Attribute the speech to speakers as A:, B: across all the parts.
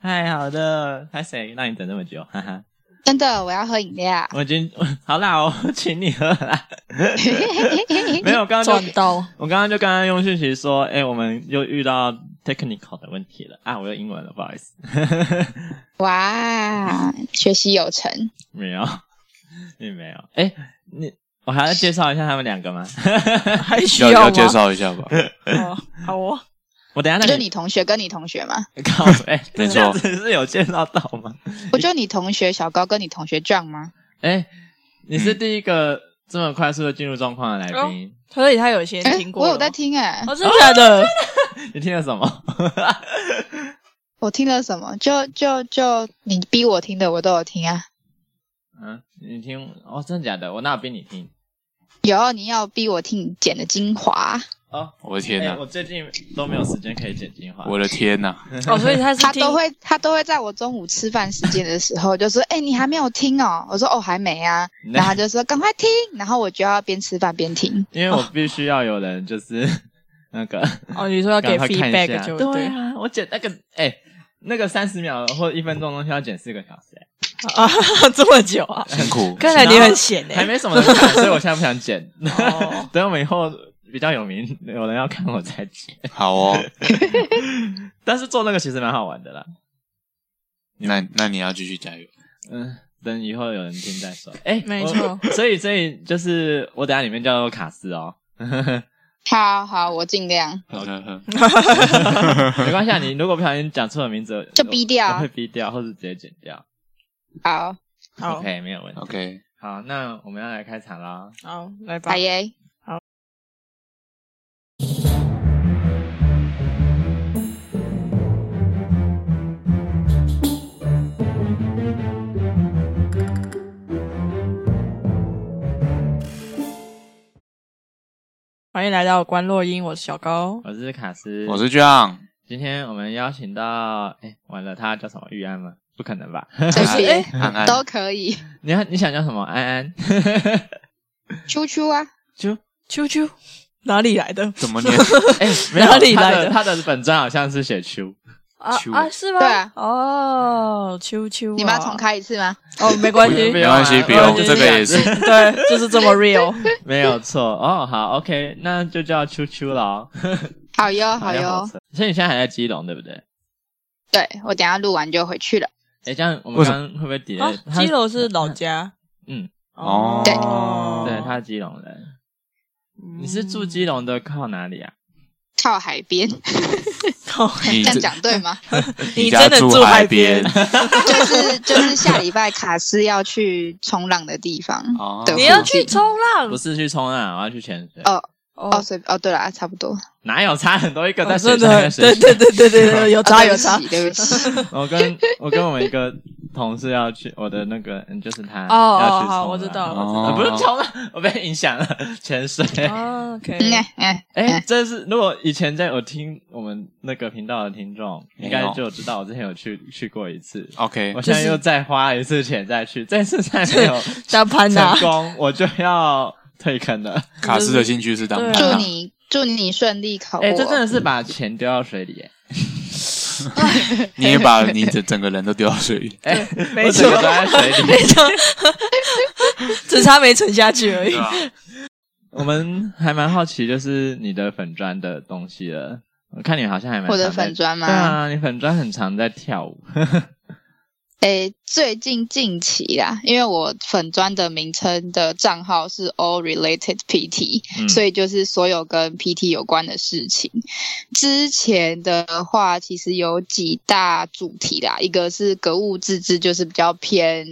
A: 太哎好了，他谁让你等那么久？哈哈，
B: 真的，我要喝饮料。
A: 我已经好啦，我请你喝啦。 没有，我刚刚
C: 赚
A: 就
C: 到，
A: 我刚刚就刚刚用讯息说，哎、我们又遇到 technical 的问题了啊！我又英文了，不好意思，
B: 哇，学习有成。
A: 没有，你没有，哎、你我还要介绍一下他们两个吗？
C: 还需
D: 要
C: 吗？
D: 要介绍一下吧，
C: 哦好哦，
A: 我等一下
B: 就
A: 那
B: 你同学跟你同学嘛，
A: 靠哎、
D: 没错
A: 这样子是有介绍到吗？
B: 不就你同学小高跟你同学 John 吗？
A: 哎、你是第一个这么快速的进入状况的来
B: 哦
A: 宾，
C: 所以他有些
B: 哎、
C: 听过
B: 我
C: 了吗，
B: 有在听哎、
C: 哦，真的假的？
A: 你听了什么？
B: 我听了什么？就就就你逼我听的，我都有听啊。
A: 嗯，你听哦，真的假的？我哪有逼你听？
B: 有你要逼我听你剪的精华，
A: 哦，
D: 我的天
A: 哎
D: 哪、
A: 我最近都没有时间可以剪精华。
D: 我的天哪、
C: 哦，所以他 是
B: 他
C: 听
B: 都会他都会在我中午吃饭时间的时候就说：“哎、你还没有听哦？”我说：“哦，还没啊。”
A: 那
B: 然后他就说：“赶快听。”然后我就要边吃饭边听。
A: 因为我
D: 哦
A: 必须要有人就是 那个
C: 哦，你说要
A: 赶
C: 给
A: 快看一下
C: feedback 就
A: 对
C: 啊
A: 啊，我剪那个哎、那个三十秒或一分钟的东西要剪四个小时、哎，
C: 啊， 这么久啊？
D: 辛苦，
C: 看来你很闲
A: 还
C: 哎。
A: 没什么人看，所以我现在不想剪。
C: 哦
A: 等我们以后比较有名，有人要看我再剪。
D: 好哦。
A: 但是做那个其实蛮好玩的啦。
D: 那那你要继续加油，
A: 嗯，等以后有人听再说。哎、
C: 没
A: 我
C: 错。
A: 所以，所以就是我等下里面叫做卡斯哦，
B: 好好，我尽量
D: 呵呵呵
A: 没关系，啊，你如果不小心讲错了名字，
B: 就逼掉
A: 我我
B: 啊
A: 会。逼掉，或者直接剪掉。
B: 好，
C: 好
A: OK，没有问题。
D: ，OK，
A: 好，那我们要来开场啦。
C: 好，来吧
B: 拜。耶。
C: 欢迎来到关洛英，我是小高。
A: 我是卡斯，
D: 我是 John，
A: 今天我们邀请到，哎，完了，他叫什么？玉安吗？不可能吧？
B: 随便
D: 安安，
B: 哎都可以，
A: 你要你想叫什么？安安？
B: 啾啾啊，
A: 就
C: 啾啾，哪里来的？
D: 怎么念？
A: 哎，没有
C: 哪里
A: 他
C: 来的
A: 他的本专好像是写秋，
C: 啊
D: 啾
C: 啊，是吗？
B: 对啊
C: 哦，啾啾啊，
B: 你们要重开一次吗？
C: 哦，没 关系，
A: 没
D: 没关系，不用，
C: 就是
D: 这个也是
C: 对，就是这么 real。
A: 没有错哦。好，OK，那就叫秋秋了哦。
B: 好哟，好
A: 像
B: 哟。
A: 扯所以你现在还在基隆对不对？
B: 对我等一下录完就回去了。
A: 哎，这样我们
D: 为什
A: 刚刚会不会叠
C: 啊？，
A: 他
C: 基隆是老家。
A: 嗯，
D: 哦
B: 对
A: 对，他是基隆人。你是住基隆的，靠哪里啊？
B: 靠海边，
C: 隆？
D: 你
B: 这样
D: 这
B: 讲对吗？
C: 你
D: 家
C: 真的住
D: 住
C: 海
D: 边
C: 边
B: 就是就是下礼拜卡斯要去冲浪的地方。
D: 哦
B: 对
C: 你要去冲浪
A: 不？是去冲浪，我要去潜水。
B: 哦哦，
C: 哦，
B: 随哦，对啦，差不多。
A: 哪有差很多？一个在水
C: 真
A: 上，一个在水
C: 的，对
A: 下
C: 对对对对对，有
B: 啊
C: 差
B: 对
C: 哦有
B: 不
C: 差
B: 起，。对不起。
A: 我跟我跟我们一个同事要去，我的那个嗯就是他
C: 哦
A: 要
C: 哦，
A: 去冲
C: 好，
A: 浪
C: 我知道，我知道。
A: 呃
D: 哦，
A: 不是冲浪，我被影响了潜水。
C: 啊 OK，
B: 嗯哎哎，
A: 哎，这是如果以前在有听我们那个频道的听众，应该就知道我之前有去去过一次。
D: OK，
A: 我现在又再花一次钱再去，这次再没 有
C: 大潘呐
A: 成，功，我就要退坑 了。
D: 卡斯的兴趣是当
C: 对啊
B: 祝
D: 伴郎，
B: 你祝你顺利考
A: 哎，这真
B: 过。
A: 的是把钱丢到水里，哎
D: 你也把你整整个人都丢到水里，
A: 哎，哎，
C: 没
A: 我
C: 错
A: 整个都在水里。
C: 没错，只差没沉下去
D: 啊
C: 而已。
A: 我们还蛮好奇，就是你的粉砖的东西了。我看你好像还蛮
B: 我的
A: 常在
B: 粉砖
A: 对
B: 吗？
A: 啊，你粉砖很常在跳舞。
B: 哎，最近近期啦，因为我粉砖的名称的账号是 All Related PT，
A: 嗯
B: 所以就是所有跟 PT 有关的事情。之前的话，其实有几大主题啦，一个是格物致知，就是比较偏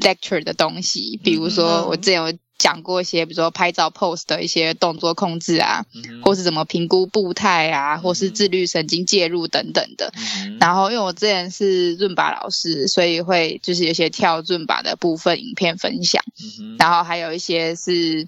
B: lecture 的东西，比如
C: 嗯
B: 说我之前有讲过一些，比如说拍照 pose 的一些动作控制啊，
A: 嗯
B: 或是怎么评估步态啊，或是自律神经介入等等的。
A: 嗯哼
B: 然后，因为我之前是润把老师，所以会就是有一些跳润把的部分影片分享。
A: 嗯哼
B: 然后还有一些是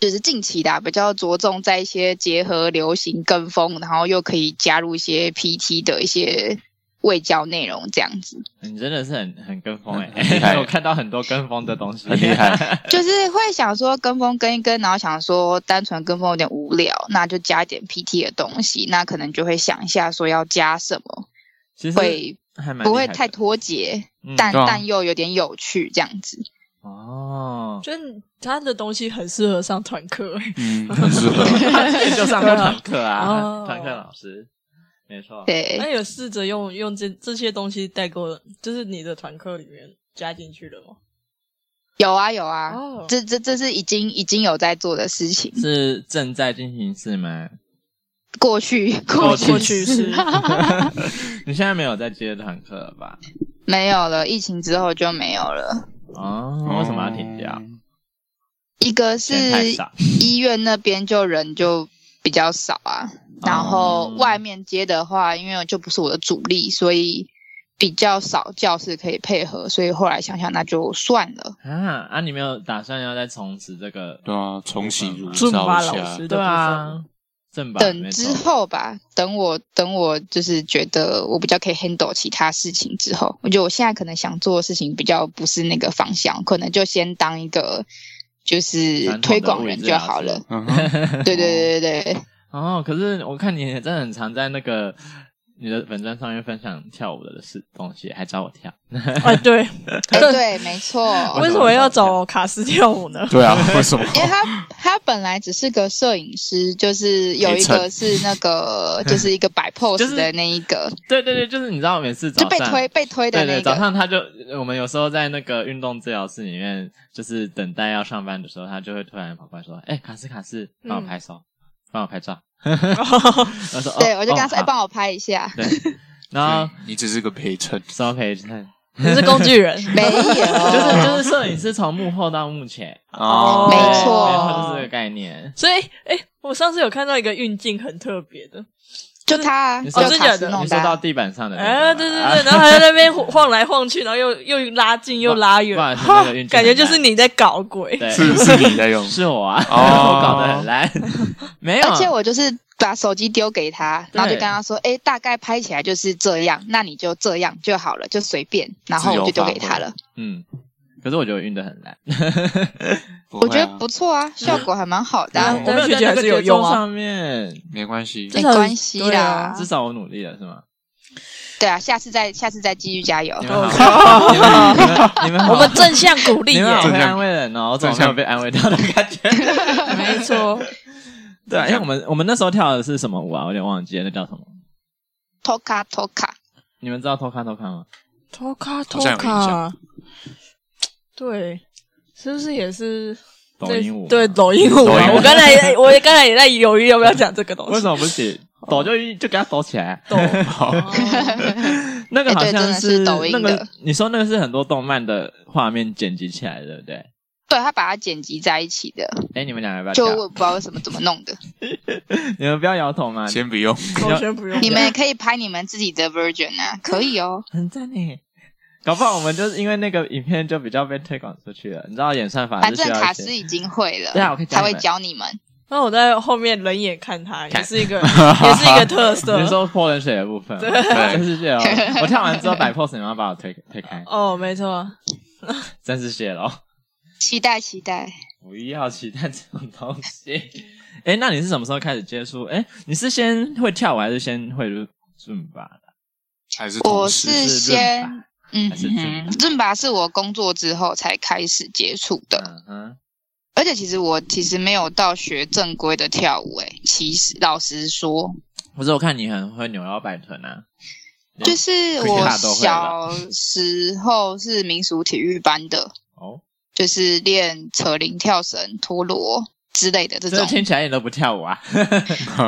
B: 就是近期的、啊、比较着重在一些结合流行跟风，然后又可以加入一些 PT 的一些未教内容这样子，
A: 你真的是很很跟风哎、
D: 很厉 害
A: 我看到很多跟风的东西，
D: 很厉害。
B: 就是会想说跟风跟一跟，然后想说单纯跟风有点无聊，那就加一点 PT 的东西，那可能就会想一下说要加什么
A: 其实
B: 会
A: 还嗯蛮
B: 不
A: 厉
B: 会
A: 害的
B: 太脱节，
A: 嗯
B: 但
D: 对啊
B: 但又有点有趣这样子。
A: 哦，
C: 就是他的东西很适合上团课，欸
D: 嗯，很适合。
A: 就上过团课 啊，
C: 哦
A: 团课老师，没错，
B: 对
C: 那，有试着用用这这些东西代购，就是你的团课里面加进去了 吗？
B: 有啊有啊，
C: 哦
B: 这这这是已经已经有在做的事情。
A: 是正在进行式吗？
B: 过去
A: 哦过
B: 去
C: 去
B: 式
C: 式
A: 你现在没有在接团课了吧？
B: 没有了，疫情之后就没有了。
A: 哦，为什么要停掉？
B: 一个
A: 钱太
B: 是
A: 少，
B: 医院那边就人就比较少啊，
A: 哦
B: 然后外面接的话，因为就不是我的主力，所以比较少教室可以配合，所以后来想想那就算了。
A: 啊啊！你没有打算要再重拾这个？
D: 对啊，重洗如
C: 尊巴
D: 照一
C: 老
D: 下
C: 师。的
A: 对
C: 部分，
A: 啊，正版
B: 等
A: 没错
B: 之后吧，等我等我就是觉得我比较可以 handle 其他事情之后，我觉得我现在可能想做的事情比较不是那个方向，可能就先当一个就是
A: 传统的
B: 推广
A: 物理
B: 人
A: 治
B: 就
A: 疗
B: 好
A: 师
B: 了。
D: 嗯哼，
B: 对对对对对，
A: 哦。可是我看你也真的很常在那个你的粉砖上面分享跳舞的事东西，还找我跳。
C: 哎，对，
B: 哎对，没错，
C: 为什么要找卡斯跳舞呢？
D: 对啊，为什么？
B: 因为他他本来只是个摄影师，就是有一个是那个就是一个 摆 pose 的那一个，
A: 对对对，就是你知道，每次早
B: 就
A: 上
B: 被推被推的
A: 对
B: 那
A: 对，早
B: 个。
A: 上他就我们有时候在那个运动治疗室里面，就是等待要上班的时候，他就会突然跑过来说：“哎、卡斯卡斯，帮
B: 嗯
A: 我拍手，帮我拍照。”我说：“哦
B: 对，我就跟他
A: 哦
B: 说：“哎，
A: 好
B: 帮我拍一下。
A: 对，然后
D: 对你只是个陪衬，
A: 什么陪衬，
C: 你是工具人，”
B: 没有，
C: 哦
A: 就是就是摄影师从幕后到幕前，
D: 哦
B: 没
A: 对
B: 错
A: 没错，就是这个概念。
C: 所以，哎、我上次有看到一个运镜很特别的，
B: 就他啊，
A: 你
B: 就
A: 说
C: 哦真假
B: 卡
C: 的
B: 斯
A: 你
B: 弄的
A: 说到
B: 啊。
A: 地板上的那个吗，
C: 哎、对对对，然后还在那边晃来晃去，然后又 又拉近又拉远
A: 不好意思那个运镜，
C: 感觉就是你在搞鬼。
A: 对，
D: 是是你在用，
A: 是我啊，
D: 哦
A: 我搞得很 烂，没有，
B: 而且我就是把手机丢给他，
A: 对
B: 然后就跟他说：“哎，大概拍起来就是这样，那你就这样就好了，就随便。”然后我就丢给他了。
A: 嗯，可是我觉得我运的很烂。
B: 我
D: 我
B: 觉得不错啊，效果还蛮好的啊
D: 嗯，
A: 我没有
C: 但
A: 在那
C: 是拒绝还
A: 个
C: 是有用
A: 节
C: 啊
A: 奏上面，
D: 没关系，
B: 没
C: 至少
B: 关系
C: 对啊
B: 啦
A: 至。少我努力了，是 吗？
B: 对啊，下次再下次再继续加油
A: 你。们好，你们好，你们好
C: 我，们正向鼓励
A: 你
C: 耶、
A: 们好
D: 正
A: 会
D: 向
A: 安慰人哦，我总
D: 正
A: 没
D: 向
A: 有被安慰到的感觉。
C: 没错，
A: 对啊，因为我们我们那时候跳的是什么舞啊？我有点忘记了，那叫什么？
B: 托卡托卡，
A: 你们知道偷看偷看吗？
C: 偷卡偷
D: 像有印
C: 卡
D: 象，
C: 对，是不是也是
A: 抖音舞？
C: 对，抖音舞
D: 抖音
C: 啊，
D: 舞
C: 我刚才我刚才也在犹豫要不要讲这个东 西。
A: 为什么不 行？
B: 哦
A: 抖就一就给它抖起来。
C: 抖？
D: 好，
C: 哦
A: 那个
B: 哎
A: 好
B: 对
A: 像
B: 真的是抖音
A: 那
B: 的
A: 个，你说那个是很多动漫的画面剪辑起来的，对不对？
B: 对他把它剪辑在一起的，
A: 哎，你们俩要不要
B: 就
A: 跳？
B: 我也不知道为什么怎么 弄的。
A: 你们不要摇头
B: 哦
A: 嘛，
D: 先不用，
C: 首先不用
B: 你们也可以拍你们自己的 version 啊，可以哦。
A: 很赞呢。搞不好我们就是因为那个影片就比较被推广出去了，你知道演算法
B: 反
A: 是需
B: 正
A: 要
B: 卡
A: 一些
B: 斯已经会了，
A: 对啊我可以教
B: 他会
A: 你们
B: 教你们。
C: 那我在后面冷眼看他，也是一 个也是一个特色
A: 你。说泼冷水的部分吗，
D: 对
A: 真是 谢喽！我跳完之后摆 pose，你们要把我推推开，
C: 哦，没错，
A: 真是谢喽！
B: 期待期待，
A: 不要期待这种东西。哎，那你是什么时候开始接触？哎，你是先会跳舞还是先会润吧？
D: 还是
B: 我
D: 同时
B: 是
A: 润
B: 先
A: 吧
B: 嗯
A: 还是尊巴
B: 哼，润吧是我工作之后才开始接触的，
A: 嗯哼，
B: 而且其实我其实没有到学正规的跳舞、诶，其实老实说，
A: 不是，我看你很会扭腰摆臀啊。
B: 就是
A: 可以
B: 我
A: 大家都会
B: 小
A: 了
B: 时候是民俗体育班的，
A: 哦，
B: 就是练扯铃、跳绳、陀螺之类的这
A: 这
B: 种。
A: 听起来你都不跳舞啊？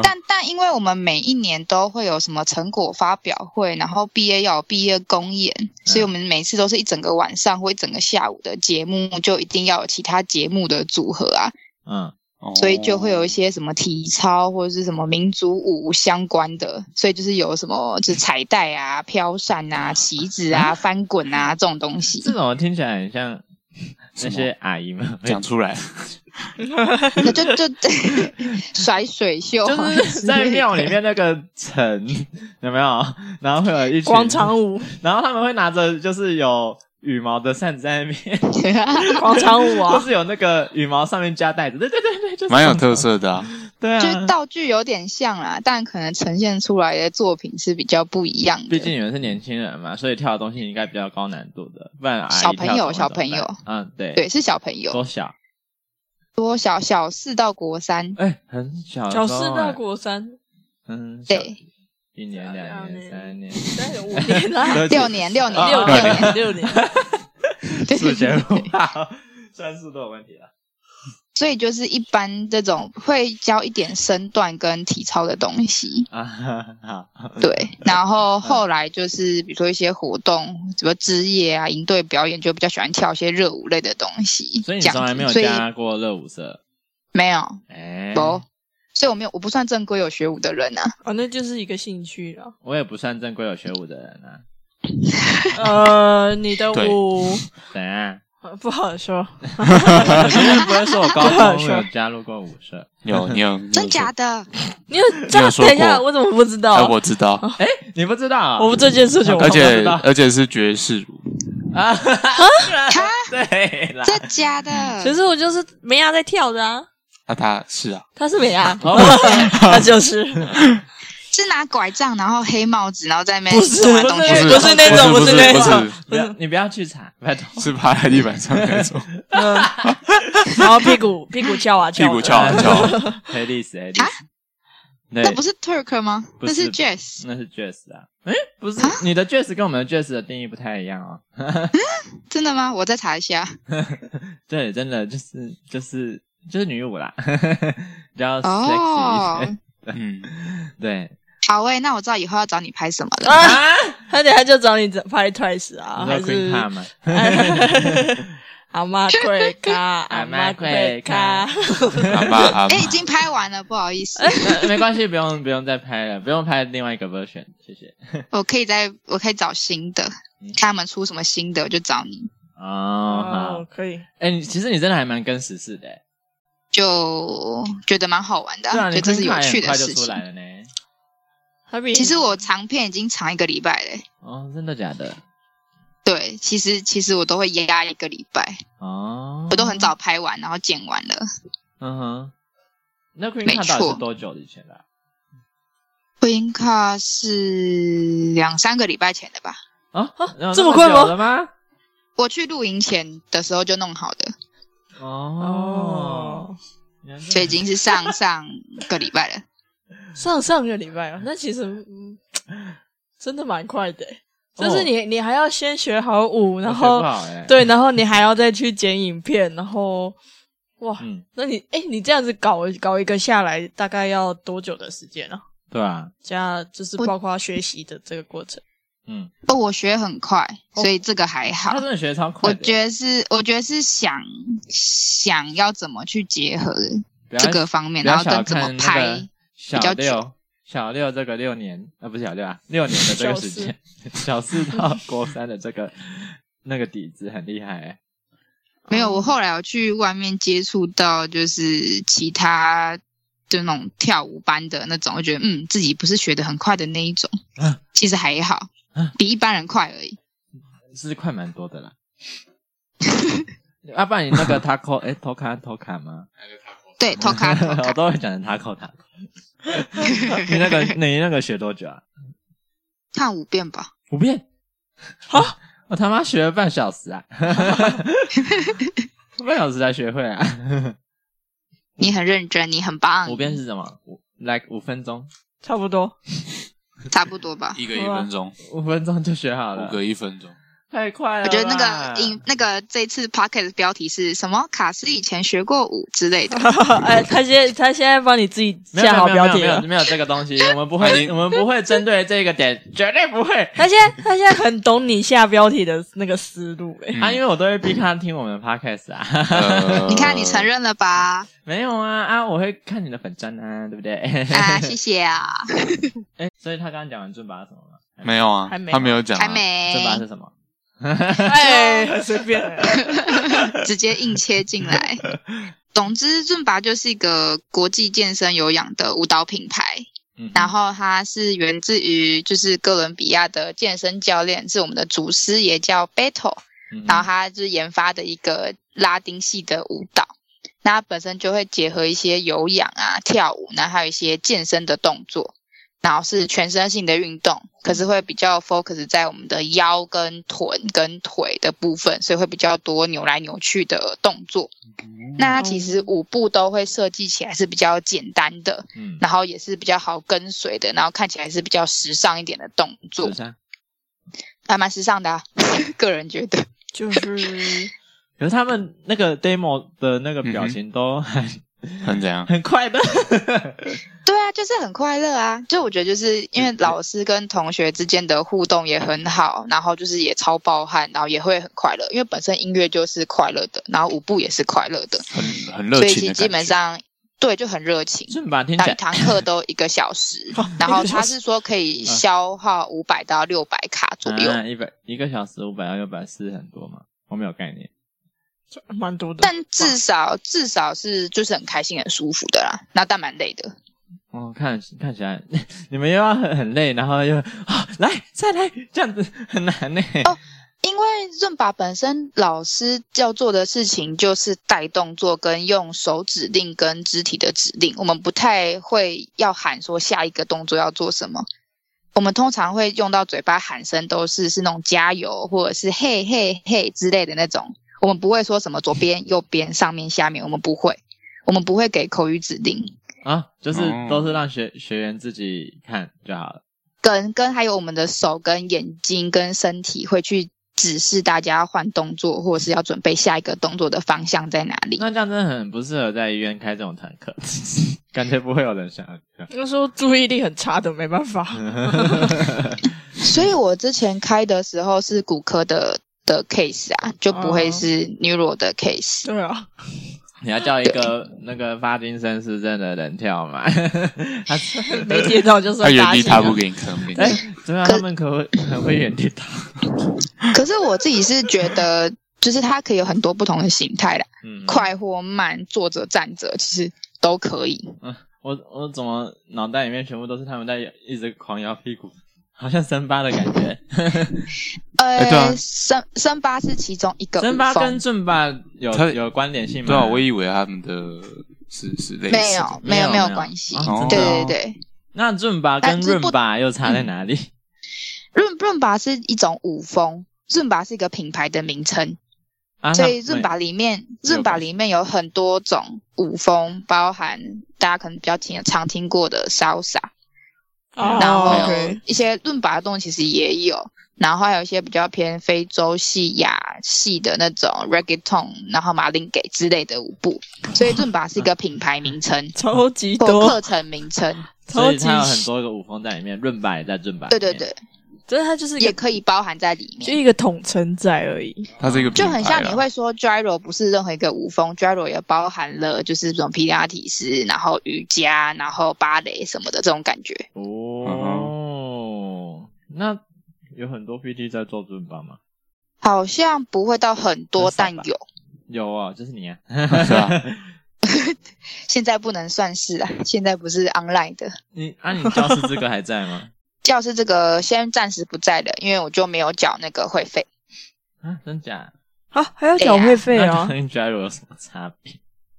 B: 但但因为我们每一年都会有什么成果发表会，然后毕业要有毕业公演，所以
A: 嗯
B: 我们每次都是一整个晚上或一整个下午的节目，就一定要有其他节目的组合啊，
A: 嗯，
D: 哦
B: 所以就会有一些什么体操或者是什么民族舞相关的，所以就是有什么就是彩带啊、飘扇啊、旗子啊、翻滚啊这种东西
A: 这，种听起来很像那些哎阿姨们会
D: 讲出来，
B: 那就就 甩水袖啊之类
A: 就
B: 的，
A: 是在庙里面那个城有没有？然后会有一群
C: 广场舞，
A: 然后他们会拿着就是有羽毛的扇子在那边，
C: 广场舞
A: 或
C: 啊，
A: 是有那个羽毛上面加带子，对对对对，就是
D: 蛮有特色的啊。
A: 对
B: 就是
A: 啊，
B: 道具有点像啦，但可能呈现出来的作品是比较不一样的。
A: 毕竟你们是年轻人嘛，所以跳的东西应该比较高难度的，不然阿姨
B: 小朋友
A: 跳什么
B: 小朋友
A: 怎么办，嗯，对，
B: 对，是小朋友，
A: 多小？
B: 多小小四到国三，
A: 哎，很
D: 啊
A: 小的时
C: 小
A: 候，哎
C: 四到国 三，
A: 嗯， 小
B: 对，
A: 一年、两
C: 两
A: 年、
C: 年
A: 三年，
C: 但是五年 啦，
B: 六年六年
A: 啊
B: 六
C: 六年六年，
B: 对
A: 数学不
B: 对
A: 好，算数都有问题啊了。
B: 所以就是一般这种会教一点身段跟体操的东西，
A: 啊，好，嗯
B: 对。然后后来就是比如说一些活动，什么职业啊、营队表演，就比较喜欢跳一些热舞类的东西。
A: 所以你
B: 这样
A: 从来
B: 子
A: 没有
B: 所以
A: 加过热舞社，
B: 没有，
A: 哎，
B: 有，所以我没有，我不算正规有学舞的人啊。
C: 哦，那就是一个兴趣 了。
A: 我也不算正规有学舞的人啊。
C: 呃，你的
D: 对
C: 舞
A: 怎样？
C: 呃不好说，
A: 不会说我高中有加入过舞 社？
D: 有你有你有
B: 真假的？哦
C: 你有这样
D: 说
C: 等一下，
D: 过
C: 我怎么不知
D: 哎，
C: 道？
D: 我知道，
A: 你不知道？啊
C: 我不这件事情我
D: 而
C: 不
A: 我不
D: 且
A: 知道
D: 而且是爵士舞，
A: 啊，对啦，
B: 真 假
C: 其
B: 的？
C: 实我就是梅亚在跳的啊，
D: 那他是啊，
C: 他是梅亚，
A: 哦
C: 他就是
B: 是拿拐杖，然后黑帽子，然后在那边
C: 不是
B: 动
D: 哎
B: 来动
C: 不
B: 去。
D: 不是
C: 不是那种
D: 不
C: 不是那
D: 不
C: 种
D: 是
A: 不要，你不要去查，拜托。
B: 哦
D: 是趴在地板上 那种，
C: 然后屁股屁股翘啊翘
D: 屁
C: 啊，
D: 股翘啊翘 啊，
A: 黑历史，黑历史。对
B: 那，不是 Turk 吗？
A: 哎不
B: 那
A: 是
B: 是 Jazz。
A: 那是 Jazz 啊。哎，不是，你的 Jazz 跟我们的 Jazz 的定义不太一样哦。
B: 真的吗？我再查一下。
A: 对，真的就是就是就是女舞啦，比较 sexy 一些
B: 哦。，
D: 嗯，
A: 对
B: 好诶、那我知道以后要找你拍什么了。
C: 啊，
A: 啊，
C: 他等下就找你拍 Twice 啊，
A: 你
C: 还
A: 说 Queen
C: 是
A: p a 吗？
C: 阿妈贵咖，
A: 阿
C: 阿
A: 妈
C: 妈
A: 贵
C: 贵
A: 咖
C: 咖，
D: 阿妈阿
B: 哎、已
D: 妈，
B: 经拍完了，不好 意思，
A: 呃没没关系，不用不用再拍了，不用拍另外一个 version，谢谢。
B: 我可以再，我可以找新的，看他们出什么新的，我就找你。
A: 哦，好，
C: 哦，可以，
A: 哎、你其实你真的还蛮跟时
B: 啊
A: 事的、欸，
B: 就觉得蛮好玩的、
A: 对啊，你
B: 觉得这是
A: Queen
B: 有
A: Card
B: 趣
A: 很
B: 的
A: 快就
B: 事
A: 出
B: 情
A: 来。了呢。
C: 他比
B: 其实我长片已经长一个礼拜嘞，
A: 哦，真的假的？
B: 对，其实其实我都会压一个礼拜，
A: 哦，
B: 我都很。早拍完，然后剪完了。
A: 嗯哼，那 Queen Card
B: 没
A: 到底是
B: 错
A: 多久以前的啊、
B: 婚卡是两三个礼拜前的吧，
A: 啊？啊
C: 这么快吗
A: 久了吗？
B: 我去露营前的时候就弄好的，
A: 哦，
C: 哦，
A: 原来
B: 所以已
A: 是
B: 经是上上个礼拜了。
C: 上上个礼拜啊，那其实嗯，真的蛮快的欸，
A: 哦
C: 就是你你还要先学好舞，然后
A: 我学不好欸
C: 对，然后你还要再去剪影片，然后哇，
A: 嗯，
C: 那你哎，你这样子搞搞一个下来，大概要多久的时间啊？
A: 对啊，
C: 加就是
B: 我
C: 包括学习的这个过程，
A: 嗯，
B: 哦，我学很快，
C: 哦
B: 所以这个还好
A: 他。真的学得超快的
B: 我
A: 欸，
B: 觉得是，我觉得是想想要怎么去结合
A: 不要
B: 这个方面，
A: 不
B: 然
A: 要
B: 后
A: 小
B: 跟怎
A: 看
B: 么
A: 那
B: 拍
A: 个。嗯小
B: 较
A: 六。小六这个六年，啊不是小六啊，六年的这个时间，小四到国三的这个那个底子很厉害、欸，
B: 没有，我后来有去外面接触到，就是其他就那种跳舞班的那种，我觉得嗯，自己不是学的很快的那一种，
A: 啊
B: 其实还好
A: 啊，
B: 比一般人快而已。
A: 是快蛮多 的啦。啊，不然你那个 taco 哎 t o k a t o k a 吗？
B: 对， 偷卡偷
A: 我
B: 卡，
A: 都会讲成 taco taco。你那个你那个学多久啊？
B: 看五遍吧。
A: 五遍。好，我他妈学了半小时 啊！半小时才学会啊！
B: 你很认真，你很棒，
A: 五遍是什么？五 like 五分钟，
C: 差不多。
B: 差不多吧。
D: 一个一分钟，
A: 五分钟就学好了
D: 五，个一分钟，
A: 太快了
B: 我
A: 啦。
B: 觉得那 个影那个这一次 p o c k e t 的标题是什么？卡斯以前学过舞之类的。
C: 哎，他现在他现在帮你自己
A: 没有
C: 下好
A: 没有
C: 标
A: 没有
C: 题
A: 没有
C: 了。
A: 没有这个东 西，我们不会我们不会针对这个点， 绝对不会。
C: 他现在他现在很懂你下标题的那个思路 哎、
A: 啊，因为我都会逼他听我们的 podcast 啊。
D: 嗯呃
B: 你看，你承认了吧？
A: 没有啊啊！我会看你的粉砖啊，对不对？
B: 啊，谢谢啊，
A: 哎，所以他刚刚讲完尊巴是什么吗？
D: 没有啊
C: 还没，
D: 他没有讲啊，
B: 还没
A: 尊巴是什么？
C: 哎，很随便、
B: 直接硬切进 来。总之，润拔就是一个国际健身有氧的舞蹈品牌，
A: 嗯哼，
B: 然后它是源自于就是哥伦比亚的健身教练，是我们的祖师爷叫 Beto，
A: 嗯哼
B: 然后他就是研发的一个拉丁系的舞蹈。那它本身就会结合一些有氧啊、跳舞，然后还有一些健身的动作，然后是全身性的运动，可是会比较 focus 在我们的腰跟臀跟腿的部分，所以会比较多扭来扭去的动作。那它其实舞步都会设计起来是比较简单的，
A: 嗯，
B: 然后也是比较好跟随的，然后看起来是比较时尚一点的动作
A: 十，三。
B: 还蛮时尚的、啊， 个人觉得。
C: 就是
A: 可是他们那个 demo 的那个表情都很、
D: 很怎样？
A: 很快 乐，
B: 对啊，就是很快乐啊！就我觉得，就是因
D: 嗯
B: 为老师跟同学之间的互动也很好，然后就是也超爆汗，然后也会很快乐，因为本身音乐就是快乐的，然后舞步也是快乐的，
D: 很很热
B: 所以
D: 情
B: 其实
D: 的感
B: 基本
D: 觉
B: 上对就很热情。
A: 顺吧？听
B: 然
A: 起
B: 后一
A: 来
B: 堂课都一个小 时，
D: 哦
B: 然后他是说可以消耗五百到六百卡左
D: 哎
B: 右，
A: 嗯一百一个小时五百到六百是很多吗？我没有概念。
C: 蛮多的，
B: 但至少至少是就是很开心、很舒服的啦，那但蛮累的。
A: 哦，看看起来 你们又要很很累，然后又啊来再来这样子很难呢。
B: 哦因为润把本身老师要做的事情就是带动作跟用手指令跟肢体的指令，我们不太会要喊说下一个动作要做什么。我们通常会用到嘴巴喊声，都是是那种加油或者是嘿嘿嘿之类的那种。我们不会说什么左边、右边、上面、下面，我们不会，我们不会给口语指令，
A: 啊，就是
D: 哦
A: 都是让学学员自己看就好了。
B: 跟跟还有我们的手跟眼睛跟身体会去指示大家要换动作，或者是要准备下一个动作的方向在哪里。
A: 那这样真的很不适合在医院开这种堂课， 感觉不会有人想要啊看。
C: 那时候注意力很差的，没办法。
A: 嗯
B: 所以我之前开的时候是骨科的的 case 啊，就不
A: 哦
B: 会是 neuro 的 case。
C: 对啊，
A: 你要叫一个那个发金森氏症的人跳 嘛？他
C: 没接到就
D: 他
C: 算
D: 原
C: 打
D: 地
C: 起
D: 踏
C: 来。
D: 步给你看，我跟你
A: 哎
D: 讲，
A: 对啊，
B: 可
A: 他们可会很会原地踏。
B: 可是我自己是觉得，就是它可以有很多不同的形态啦，
A: 嗯，
B: 快或慢，坐着站着，其实都可以。
A: 我我怎么脑袋里面全部都是他们在一直狂摇屁股，好像森巴的感觉。
D: 哎对啊
B: 呃，森森巴是其中一个
A: 森巴
B: 舞风
A: 跟尊巴有
D: 它
A: 有关联性吗？
D: 对啊，我以为他们的是是类似的
B: 没有没有
A: 没
B: 没
A: 有
B: 有关系
A: 啊真的哦。
B: 对对对，
A: 那尊巴跟
B: 但是
A: 润
B: 哎不
A: 巴又差在哪里？
B: 润润巴是一种舞风，润巴是一个品牌的名称。
A: 啊，
B: 所
A: 那
B: 以润吧里面，
A: 没有
B: 润吧
A: 关
B: 里面有很多种舞风，包含大家可能比较听常听过的 salsa，
A: 哦
C: 啊
B: 然后
C: OK
B: 一些润吧的动作其实也有，然后还有一些比较偏非洲系、亚系的那种 reggaeton，然后马林给之类的舞步。
A: 哦
B: 所以润吧是一个品牌 名称
C: 超级
B: 或
C: 多，
B: 课程名称，
A: 所
C: 超
A: 以
C: 级
A: 它有很多个舞风在里面，润巴也在润巴。
B: 对对，对，
C: 真的，它就是一
B: 也
C: 个
B: 可以包含在里
C: 就
B: 面。
C: 一个统称在而已。
D: 它是一个
B: 就很像
D: 品牌
B: 你
D: 啊
B: 会说 gyro 不是任何一个舞风，gyro 也包含了就是这种皮拉提斯，然后瑜伽，然后芭蕾什么的这种感觉。
D: 嗯
A: 哦，那有很多 PT 在做润巴吗？
B: 好像不会到很多，
A: 很少吧
B: 但有。
A: 有啊，就是你啊，
D: 是吧？
B: 现在不能算是啊，现在不是 online 的。
A: 你啊，你教师资格还在吗？
B: 教室这个先暂时不在了，因为我就没有缴那个会费。
A: 啊，真假？
C: 啊，还要缴会费
A: 那
B: 哦
C: 啊？
A: 跟 gyro 有什么差别？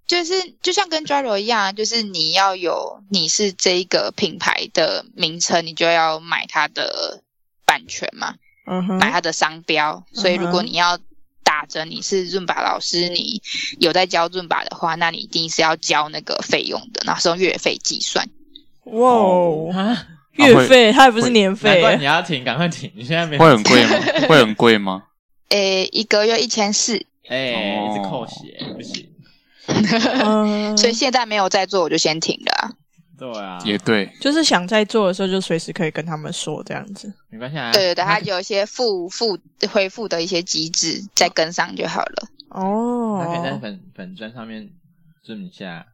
B: 就是就像跟 gyro 一样，就是你要有你是这一个品牌的名称，你就要买它的版权嘛。
C: 嗯哼，
B: 买它的商标。所以如果
C: 嗯哼
B: 你要打着你是润吧老师，你有在教润吧的话，那你一定是要交那个费用的，那是用月费计算。
C: 哇哦，
A: 啊，
C: 月费，它还不是年
A: 难
C: 费
A: 怪你要停，赶快停！你现在没有
D: 会很贵吗？ 会很贵吗？
B: 诶，一个月一千四，
A: 哎，
D: 哦
A: 一直扣血，不行。
C: 嗯，
B: 所以现在没有在做，我就先停了啊、
A: 对啊，
D: 也对，
C: 就是想在做的时候就随时可以跟他们说这样子。
A: 没关系啊。
B: 对对对，它有一些复复恢复的一些机制，再跟上就好了。
C: 哦
A: 他可以在粉粉砖上面 zoom 一下，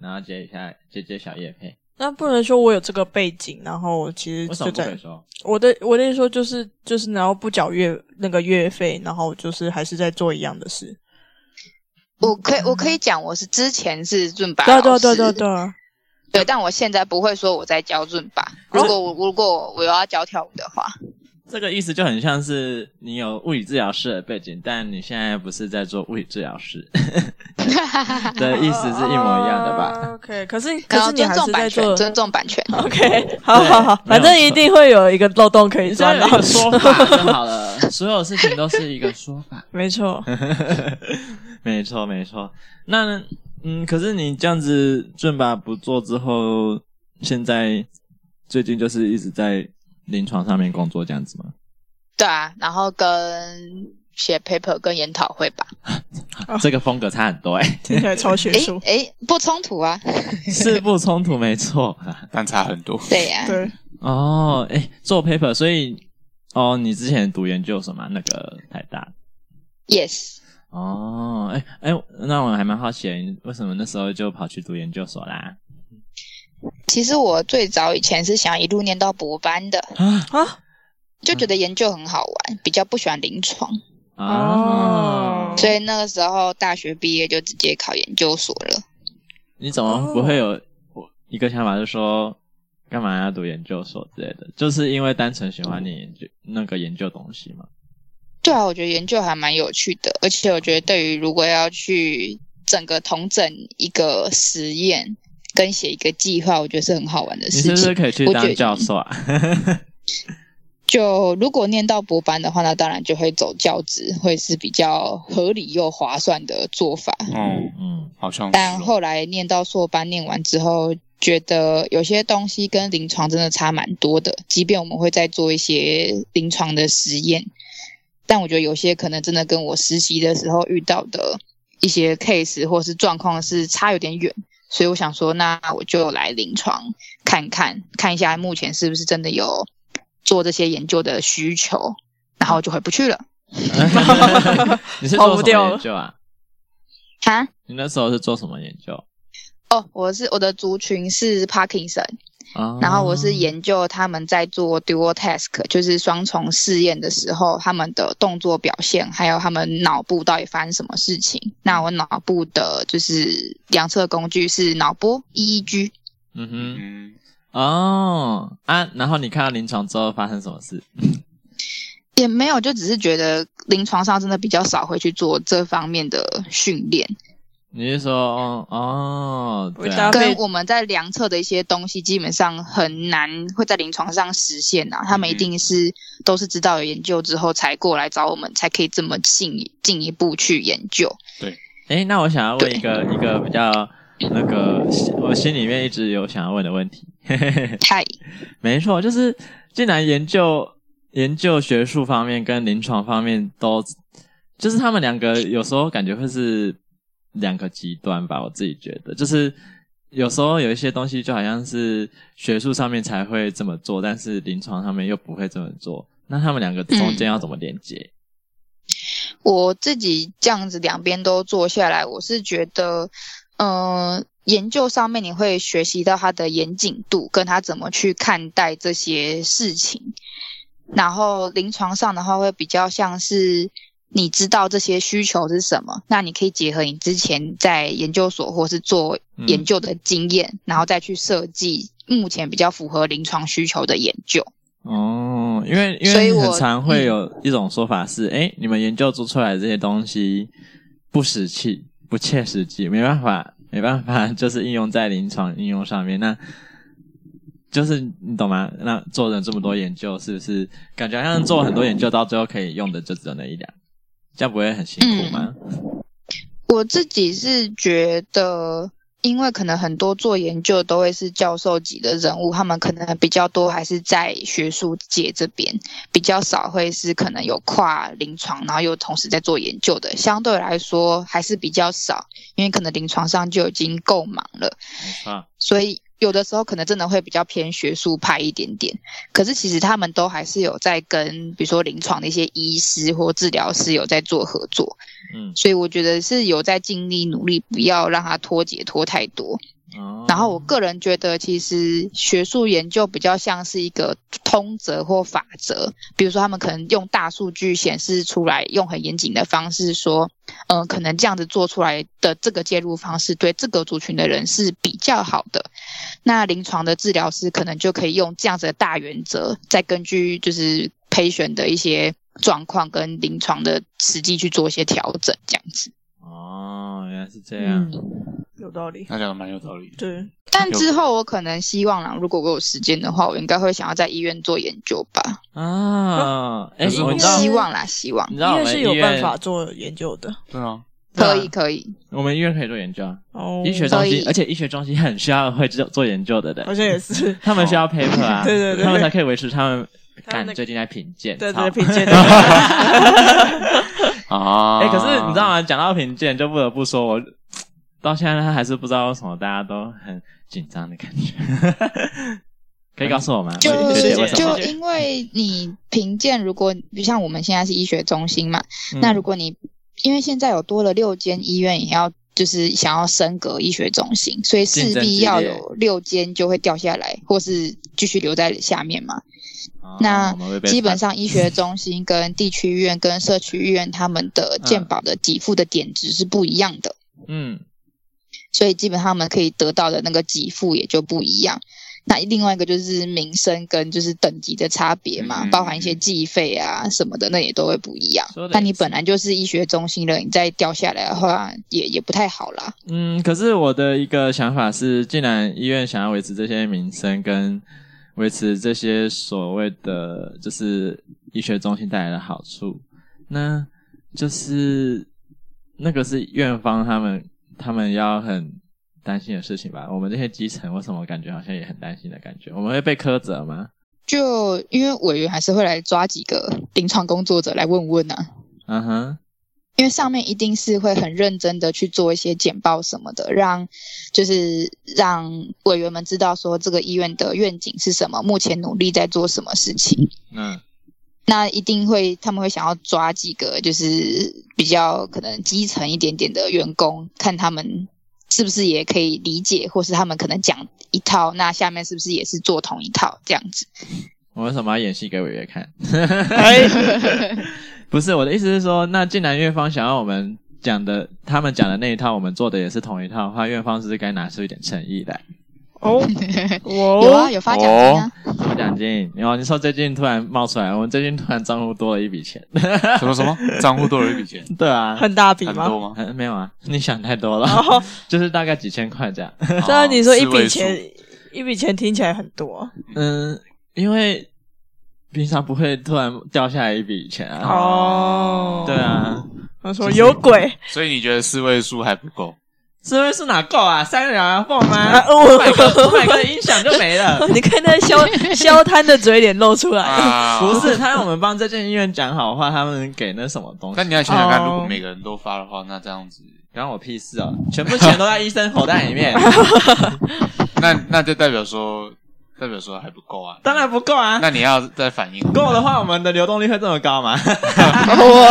A: 然后接一下接接小叶配。
C: 那不能说我有这个背景，然后其实
A: 为什
C: 就
A: 么不可以
C: 在
A: 说？
C: 我的我的意思说就是就是，然后不缴月那个月费，然后就是还是在做一样的事。
B: 我可以，我可以讲，我是之前是润吧
C: 嗯对
B: 老
C: 啊
B: 师，
C: 对啊对啊对啊对啊，
B: 对但我现在不会说我在教润吧。如果我如果我要教跳舞的话，
A: 这个意思就很像是你有物理治疗师的背景，但你现在不是在做物理治疗 师的呃意思是一模一样的吧？
C: o k 啊可是可
B: 然后
C: 是你
B: 尊
C: 还是
B: 重
C: 在
B: 版权，
C: 做
B: 尊重版权。
C: OK，好好好，
A: 对没有
C: 反正一定会有一个漏洞可以
A: 你只要
C: 钻
A: 有
C: 到
A: 一。个说 法就好 了，所有事情都是一个说法。
C: 没错，
A: 没错，没错。那嗯，可是你这样子正吧不做之后，现在最近就是一直在临床上面工作这样子吗？
B: 对啊，然后跟写 paper 跟研讨会吧。
A: 啊这个风格差很多 哎、
C: 听起来超学
B: 诶
C: 术。
B: 诶，不冲突啊。
A: 是不冲突没错。
D: 但差很多。
B: 对呀、
C: 对，
A: 哦，哎、做 paper，所以哦，你之前读研究所嘛，那个台大
B: y e s
A: 哦，哎、哎、那我还蛮好奇的，你为什么那时候就跑去读研究所啦？
B: 其实我最早以前是想一路念到博班的，
A: 嗯
C: 啊，
B: 就觉得研究很好玩，比较不喜欢临床，
A: 哦
C: 哦，
B: 所以那个时候大学毕业就直接考研究所了。
A: 你怎么
B: 哦
A: 不会有一个想法，是说干嘛要读研究所之类的？就是因为单纯喜欢你研究那个研究东西嘛。
B: 对啊，我觉得研究还蛮有趣的，而且我觉得对于如果要去整个统整一个实验跟写一个计划，我觉得是很好玩的
A: 你是
B: 事
A: 不是
B: 情。
A: 可以去
B: 我觉
A: 当
B: 得
A: 教授啊？
B: 就如果念到博班的话，那当然就会走教职，会是比较合理又划算的做法。
D: 嗯，
A: 嗯，
D: 好像是
B: 但
D: 哦。
B: 后来念到硕班，念完之后，觉得有些东西跟临床真的差蛮多的。即便我们会再做一些临床的实验，但我觉得有些可能真的跟我实习的时候遇到的一些 case 或是状况是差有点远。所以我想说，那我就来临床看看，看一下目前是不是真的有做这些研究的需求，然后就回不去了。
A: 你是
C: 跑
A: 做
C: 不
A: 什
C: 掉
A: 么
C: 了
A: 研究啊？
B: 哈，
A: 你那时候是做什么研究？
B: 哦，我是我的族群是 Parkinson。
A: 啊
B: 然后我是研究他们在做 dual task，就是双重试验的时候，他们的动作表现，还有他们脑部到底发生什么事情。那我脑部的就是量测工具是脑波 EEG，
A: 嗯哼，
D: 嗯，
A: 哦啊，然后你看到临床之后发生什么事？
B: 也没有，就只是觉得临床上真的比较少会去做这方面的训练，
A: 你是说哦哦，对啊
C: 搭配
B: 跟我们在量测的一些东西基本上很难会在临床上实现啊。他们一定是都是知道有研究之后才过来找我们，才可以这么进进一步去研究。
A: 哎，那我想要问一个一个比较那个，我心里面一直有想要问的问题。
B: 太
A: 没错，就是竟然研究研究学术方面跟临床方面都，就是他们两个有时候感觉会是两个极端吧，我自己觉得，就是有时候有一些东西就好像是学术上面才会这么做，但是临床上面又不会这么做，那他们两个中间要怎么连接？
B: 我自己这样子两边都做下来，我是觉得，呃，研究上面你会学习到它的严谨度，跟它怎么去看待这些事情。然后临床上的话，会比较像是你知道这些需求是什么，那你可以结合你之前在研究所或是做
A: 嗯
B: 研究的经验，然后再去设计目前比较符合临床需求的研究。
A: 哦，因为因
B: 所以
A: 为
B: 我嗯
A: 很常会有一种说法是，哎、你们研究做出来的这些东西不实际、不切实际，没办法，没办法，就是应用在临床应用上面。那就是你懂吗？那做了这么多研究，是不是感觉好像做很多研究，到最后可以用的就只有那一两，这样不会很辛苦吗？
B: 嗯我自己是觉得，因为可能很多做研究都会是教授级的人物，他们可能比较多还是在学术界这边，比较少会是可能有跨临床，然后又同时在做研究的，相对来说还是比较少，因为可能临床上就已经够忙了。
A: 没错，
B: 所以有的时候可能真的会比较偏学术派一点点。可是其实他们都还是有在跟，比如说临床的一些医师或治疗师有在做合作。
A: 嗯
B: 所以我觉得是有在尽力努力，不要让它脱节脱太多。
A: 哦
B: 然后我个人觉得，其实学术研究比较像是一个通则或法则，比如说他们可能用大数据显示出来，用很严谨的方式说，嗯、可能这样子做出来的这个介入方式对这个族群的人是比较好的。那临床的治疗师可能就可以用这样子的大原则，再根据就是。 patient 的一些状况跟临床的实际去做一些调整，这样子。
A: 哦，原来是这样。
C: 嗯，有道理。
D: 他讲的蛮有道理的。
C: 对，
B: 但之后我可能希望啦，如果我有时间的话，我应该会想要在医院做研究吧。
A: 啊，哎、
D: 可是
A: 我
D: 我
A: 知道，
B: 希望啦，希望
A: 你知道
C: 因
A: 我
C: 为
A: 们
C: 是
A: 医
C: 有办
A: 院
C: 法做研究的。
D: 对啊，
A: 对啊
B: 可以可以。
A: 我们医院可以做研究啊，
C: 哦，
A: 医学中
B: 可
A: 心
B: 以，
A: 而且医学中心很需要会做做研究的人，
C: 好，像也是
A: 他们需要 paper 啊，
C: 对对对
A: 他们才可以维持他们。
C: 他们
A: 干
C: 的
A: 最近在评鉴，
C: 对
A: 操
C: 对，凭借
D: 啊，
A: 哎、可是你知道吗？讲到评鉴，就不得不说我，到现在他还是不知道为什么大家都很紧张的感觉。可以告诉我吗？
B: 就
A: 学姐为
C: 是
A: 什么
B: 就？因为你评鉴，如果比如像我们现在是医学中心嘛，
A: 嗯
B: 那如果你因为现在有多了六间医院，也要就是想要升格医学中心，所以势
A: 竞争激
B: 必
A: 烈
B: 要有六间就会掉下来，或是继续留在下面嘛。
A: 哦
B: 那
A: 我们会被
B: 基本
A: 判
B: 上医学中心跟地区医院跟社区医院他们的
A: 嗯
B: 健保的给付的点值是不一样的。
A: 嗯，
B: 所以基本上他们可以得到的那个给付也就不一样。那另外一个就是名声跟就是等级的差别嘛，
D: 嗯
B: 包含一些计费啊什么的，那也都会不一样
A: 说得也。
B: 那你本来就是医学中心了，你再掉下来的话也也不太好啦。
A: 嗯，可是我的一个想法是，既然医院想要维持这些名声跟维持这些所谓的就是医学中心带来的好处，那就是那个是院方他们他们要很担心的事情吧？我们这些基层为什么感觉好像也很担心的感觉？我们会被苛责吗？
B: 就因为委员还是会来抓几个临床工作者来问问啊，
A: 嗯哼，
B: 因为上面一定是会很认真的去做一些简报什么的，让就是让委员们知道说这个医院的愿景是什么，目前努力在做什么事情。
A: 那
B: 那一定会，他们会想要抓几个就是比较可能基层一点点的员工，看他们是不是也可以理解，或是他们可能讲一套，那下面是不是也是做同一套这样子？
A: 我为什么要演戏给委员看？
D: 哎，
A: 不是我的意思是说，那既然院方想要我们讲的，他们讲的那一套，我们做的也是同一套的话，院方是不是该拿出一点诚意来？
C: 哦，
A: 哦
B: 有啊，
C: 我
B: 有发奖金啊，
A: 什么奖金？然后你说最近突然冒出来，我们最近突然账户多了一笔钱，
D: 什么什么账户多了一笔钱，
A: 对啊，
C: 哦很大笔
D: 很
C: 吗？
D: 多吗？
A: 很没有啊，你想太多了，
C: 哦
A: 就是大概几千块这样。
C: 虽
A: 啊
C: 然你说一
D: 哦四位
C: 笔
D: 数，
C: 钱，一笔钱听起来很多，
A: 嗯，因为平常不会突然掉下来一笔钱啊。
C: 哦
A: 对啊，
C: 他说有鬼，
D: 所以你觉得四位数还不够？
A: 四位数哪够啊？三两啊，凤吗？
C: 啊
A: 五百个，五百个音响就没了。
C: 你看那 消消摊的嘴脸露出来，
D: 啊
A: 不是，他让我们帮这间医院讲好话，他们给那什么东西
D: 但？你要想想
C: 哦
D: 看，如果每个人都发的话，那这样子，
A: 关我屁事哦！全部钱都在医生口袋里 面，
D: 那那就代表说，代表说还不够啊。
A: 当然不够啊！
D: 那你要再反应
A: 够的话，我们的流动率会这么高吗？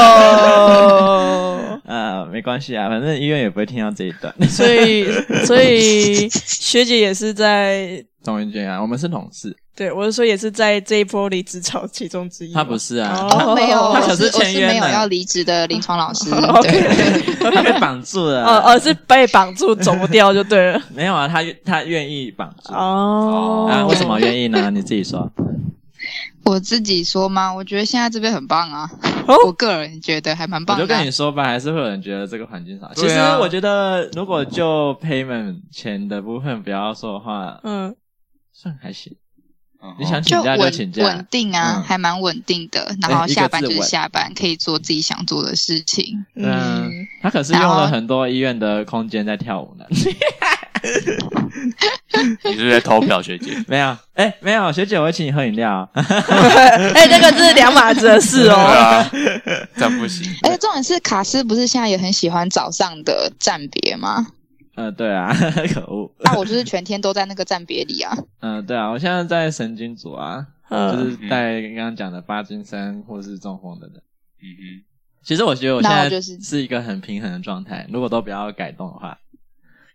C: 哇！
A: 呃，没关 系啊，反正医院也不会听到这一 段。
C: 所以所以学姐也是在，
A: 总文娟啊，我们是同事，
C: 对我是说也是在这一波离职潮其中之一嘛。
A: 他不是啊，
C: 哦
B: 没有，
A: 他
B: 我
A: 可
B: 是
A: 是
B: 我
A: 签
B: 是
A: 约
B: 没有
A: 呢
B: 要离职的临 床老师，对，
C: OK，
A: 他被绑住了。
C: 哦哦，是被绑住走不掉就对了。
A: 没有啊，他他愿意绑住
C: 哦，
A: 啊？为什么愿意呢？你自己说。
B: 我自己说嘛，我觉得现在这边很棒啊，
C: 哦
B: 我个人觉得还蛮
A: 我
B: 棒
A: 就
B: 的啊
A: 跟你。说吧，还是会有人觉得这个环境少。其
D: 对
A: 实
D: 啊
A: 我觉得，如果就 payment 钱的部分不要说的话，
C: 嗯，
A: 算还行。
D: 嗯
A: 你想
B: 就
A: 请假
B: 稳
A: 就请假，
B: 稳定啊，
A: 嗯
B: 还蛮稳定的。然
A: 哎
B: 后
A: 一个
B: 下班
A: 字
B: 就是
A: 稳
B: 下班，可以做自己想做的事情。
A: 嗯
B: 嗯，
A: 他可是用了很多医院的空间在跳舞呢。
D: 你是不是在投票学 姐？
A: 没有，哎、没有，学姐，我会请你喝饮料。啊
C: 哎，这个是两码子的事
D: 对
C: 哦。
D: 啊，这样不行。
B: 而且哎重点是，卡斯不是现在也很喜欢早上的站别吗？
A: 呃，对啊， 可恶。
B: 那我就是全天都在那个站别里啊。
A: 嗯、对啊，我现在在神经组啊，就
C: 嗯，
A: 是带刚刚讲的巴金森或是中风的人。
D: 嗯
A: 其实我觉得我现
B: 那
A: 在
B: 我就是
A: 是一个很平衡的状态，如果都不要改动的话，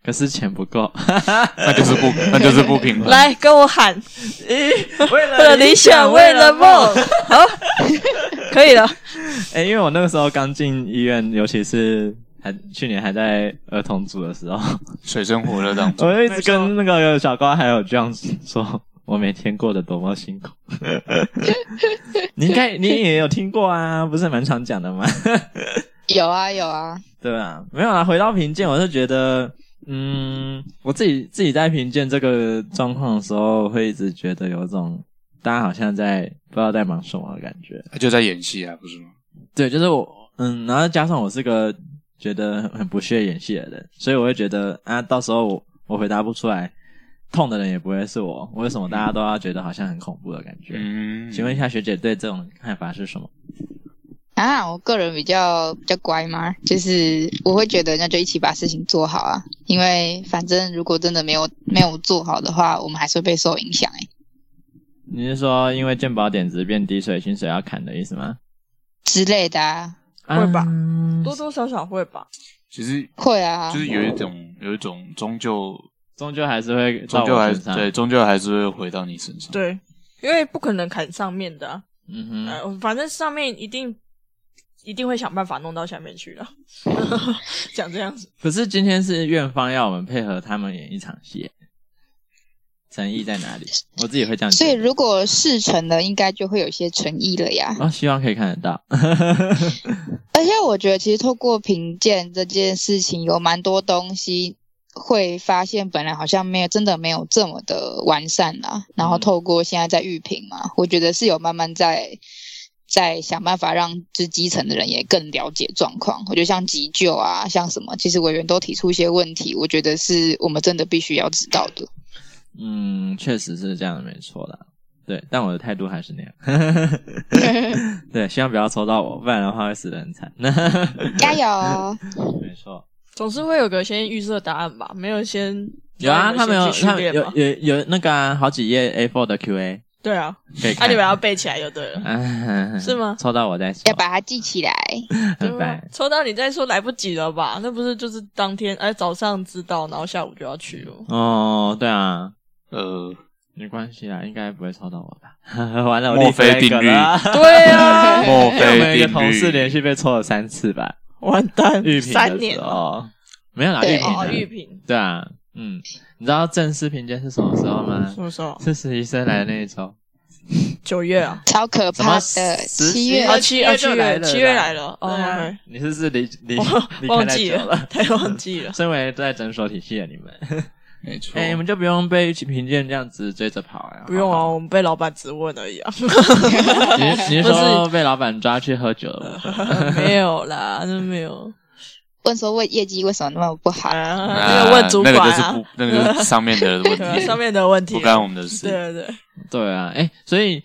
A: 可是钱不够，
D: 哼，那就是不，那就是不平衡。
C: 来跟我喊，
A: 为
C: 为了理想，为了梦。好，可以了。
A: 哎、因为我那个时候刚进医院，尤其是还去年还在儿童组的时候，
D: 水深火热当中，
A: 我就一直跟那个小高还有这样说，我每天过得多么辛苦。 你应该你也有听过啊，不是蛮常讲的吗？
B: 有啊有啊，
A: 对吧？没有啦，回到评鉴，我是觉得，嗯，我自己自己在评鉴这个状况的时候，会一直觉得有种大家好像在不知道在忙什么的感觉。
D: 他 就在演戏啊，不是吗？
A: 对，就是我，嗯，然后加上我是个觉得很不屑演戏的人，所以我会觉得啊，到时候我我回答不出来，痛的人也不会是我，为什么大家都要觉得好像很恐怖的感觉？
D: 嗯，
A: 请问一下学姐对这种看法是什么？
B: 啊，我个人比较比较乖嘛，就是我会觉得那就一起把事情做好啊，因为反正如果真的没有没有做好的话，我们还是会被受影响、欸。
A: 嗯你是说因为鉴宝点值变低，所以薪水要砍的意思吗？
B: 之类的啊，
C: 会吧
A: 嗯
C: 多多少少会吧。
D: 其实
B: 会啊，
D: 就是有一种有一种终究
A: 终究还是会到
D: 终究
A: 我
D: 还
A: 身上
D: 对，，终究还是会回到你身上。，
C: 对，因为不可能砍上面的、啊，
A: 嗯哼，
C: 呃，反正上面一定一定会想办法弄到下面去 的。讲这样子，
A: 可是今天是院方要我们配合他们演一场戏，诚意在哪里？我自己会这样
B: 所以
A: 觉得。
B: 如果事成了，应该就会有一些诚意了呀。
A: 哦，希望可以看得到。
B: 而且我觉得，其实透过评鉴这件事情，有蛮多东西会发现，本来好像没有真的没有这么的完善啦。然
A: 嗯
B: 后透过现在在预评嘛，我觉得是有慢慢在在想办法让就是基层的人也更了解状况。我觉得像急救啊，像什么，其实委员都提出一些问题，我觉得是我们真的必须要知道 的。
A: 嗯，确实是这样的，没错啦。对，但我的态度还是那 样。对，希望不要抽到我，不然的话会死得很惨。
B: 加油！
A: 没错，
C: 总是会有个先预设答案吧，没有先
A: 有啊，他
C: 没
A: 们有，
C: 先
A: 他
C: 去
A: 们
C: 练
A: 有
C: 嘛
A: 有有那个、啊、好几页 A4 的 QA
C: 对啊，
A: 可以
C: 啊，
A: 看
C: 你。把它背起来就对 了。
A: 啊
C: 是吗
A: 抽到我再说
B: 要，把它记起来。
A: 很烦。
C: 啊抽到你再说来不及了吧？那不是就是当天哎早上知道，然后下午就要去 了。
A: 哦，对啊，
D: 呃，
A: 没关系啦，应该不会抽到我吧？ 完了，我
D: 墨菲
A: 立 flag
D: 定律
A: 了
C: 对啊，
D: 莫
A: 哎因为我们有一
D: 非
A: 个
D: 定律
A: 同事连续被抽了三次吧？
C: 完蛋
A: 玉屏
C: 三年了
A: 哦，没有啦，
B: 对
A: 玉
C: 哦，
A: 屏
C: 玉
A: 啊，
C: 萍
A: 对啊，嗯，你知道正式评鉴是什么时候吗
C: 什？么时候？
A: 是实习生来的那一周，
C: 九月啊，
B: 超可
A: 什么
B: 怕的，
A: 实
B: 七
A: 习
B: 月
C: 啊
A: 哦
C: 七啊
A: 就
C: 七
A: 来
C: 月
A: 了
C: 七月来了哦
A: 对啊
C: OK
A: 你是不是离 离离开
C: 忘
A: 太
C: 记
A: 久
C: 了
A: 了，？
C: 太忘记 了。
A: 身为在诊所体系的你们，
D: 没 错，
A: 哎，你们就不用被评鉴这样子追着跑呀，
C: 不用啊，
A: 好
C: 我们被老板质问而已 啊，
A: 不好。你你是
C: 不是
A: 说被老板抓去喝酒了吗？
C: 没有啦，真的没 有
B: 问说问业绩为什么那么不好？
C: 啊，没
D: 那
C: 有问主管
D: 那个就是
C: 啊
D: 不，，那个就是上面的问
C: 对啊，
D: 题，
C: 上面的问题
D: 不干我们的
C: 对
D: 事。
C: 对对，
A: 对啊，哎、所以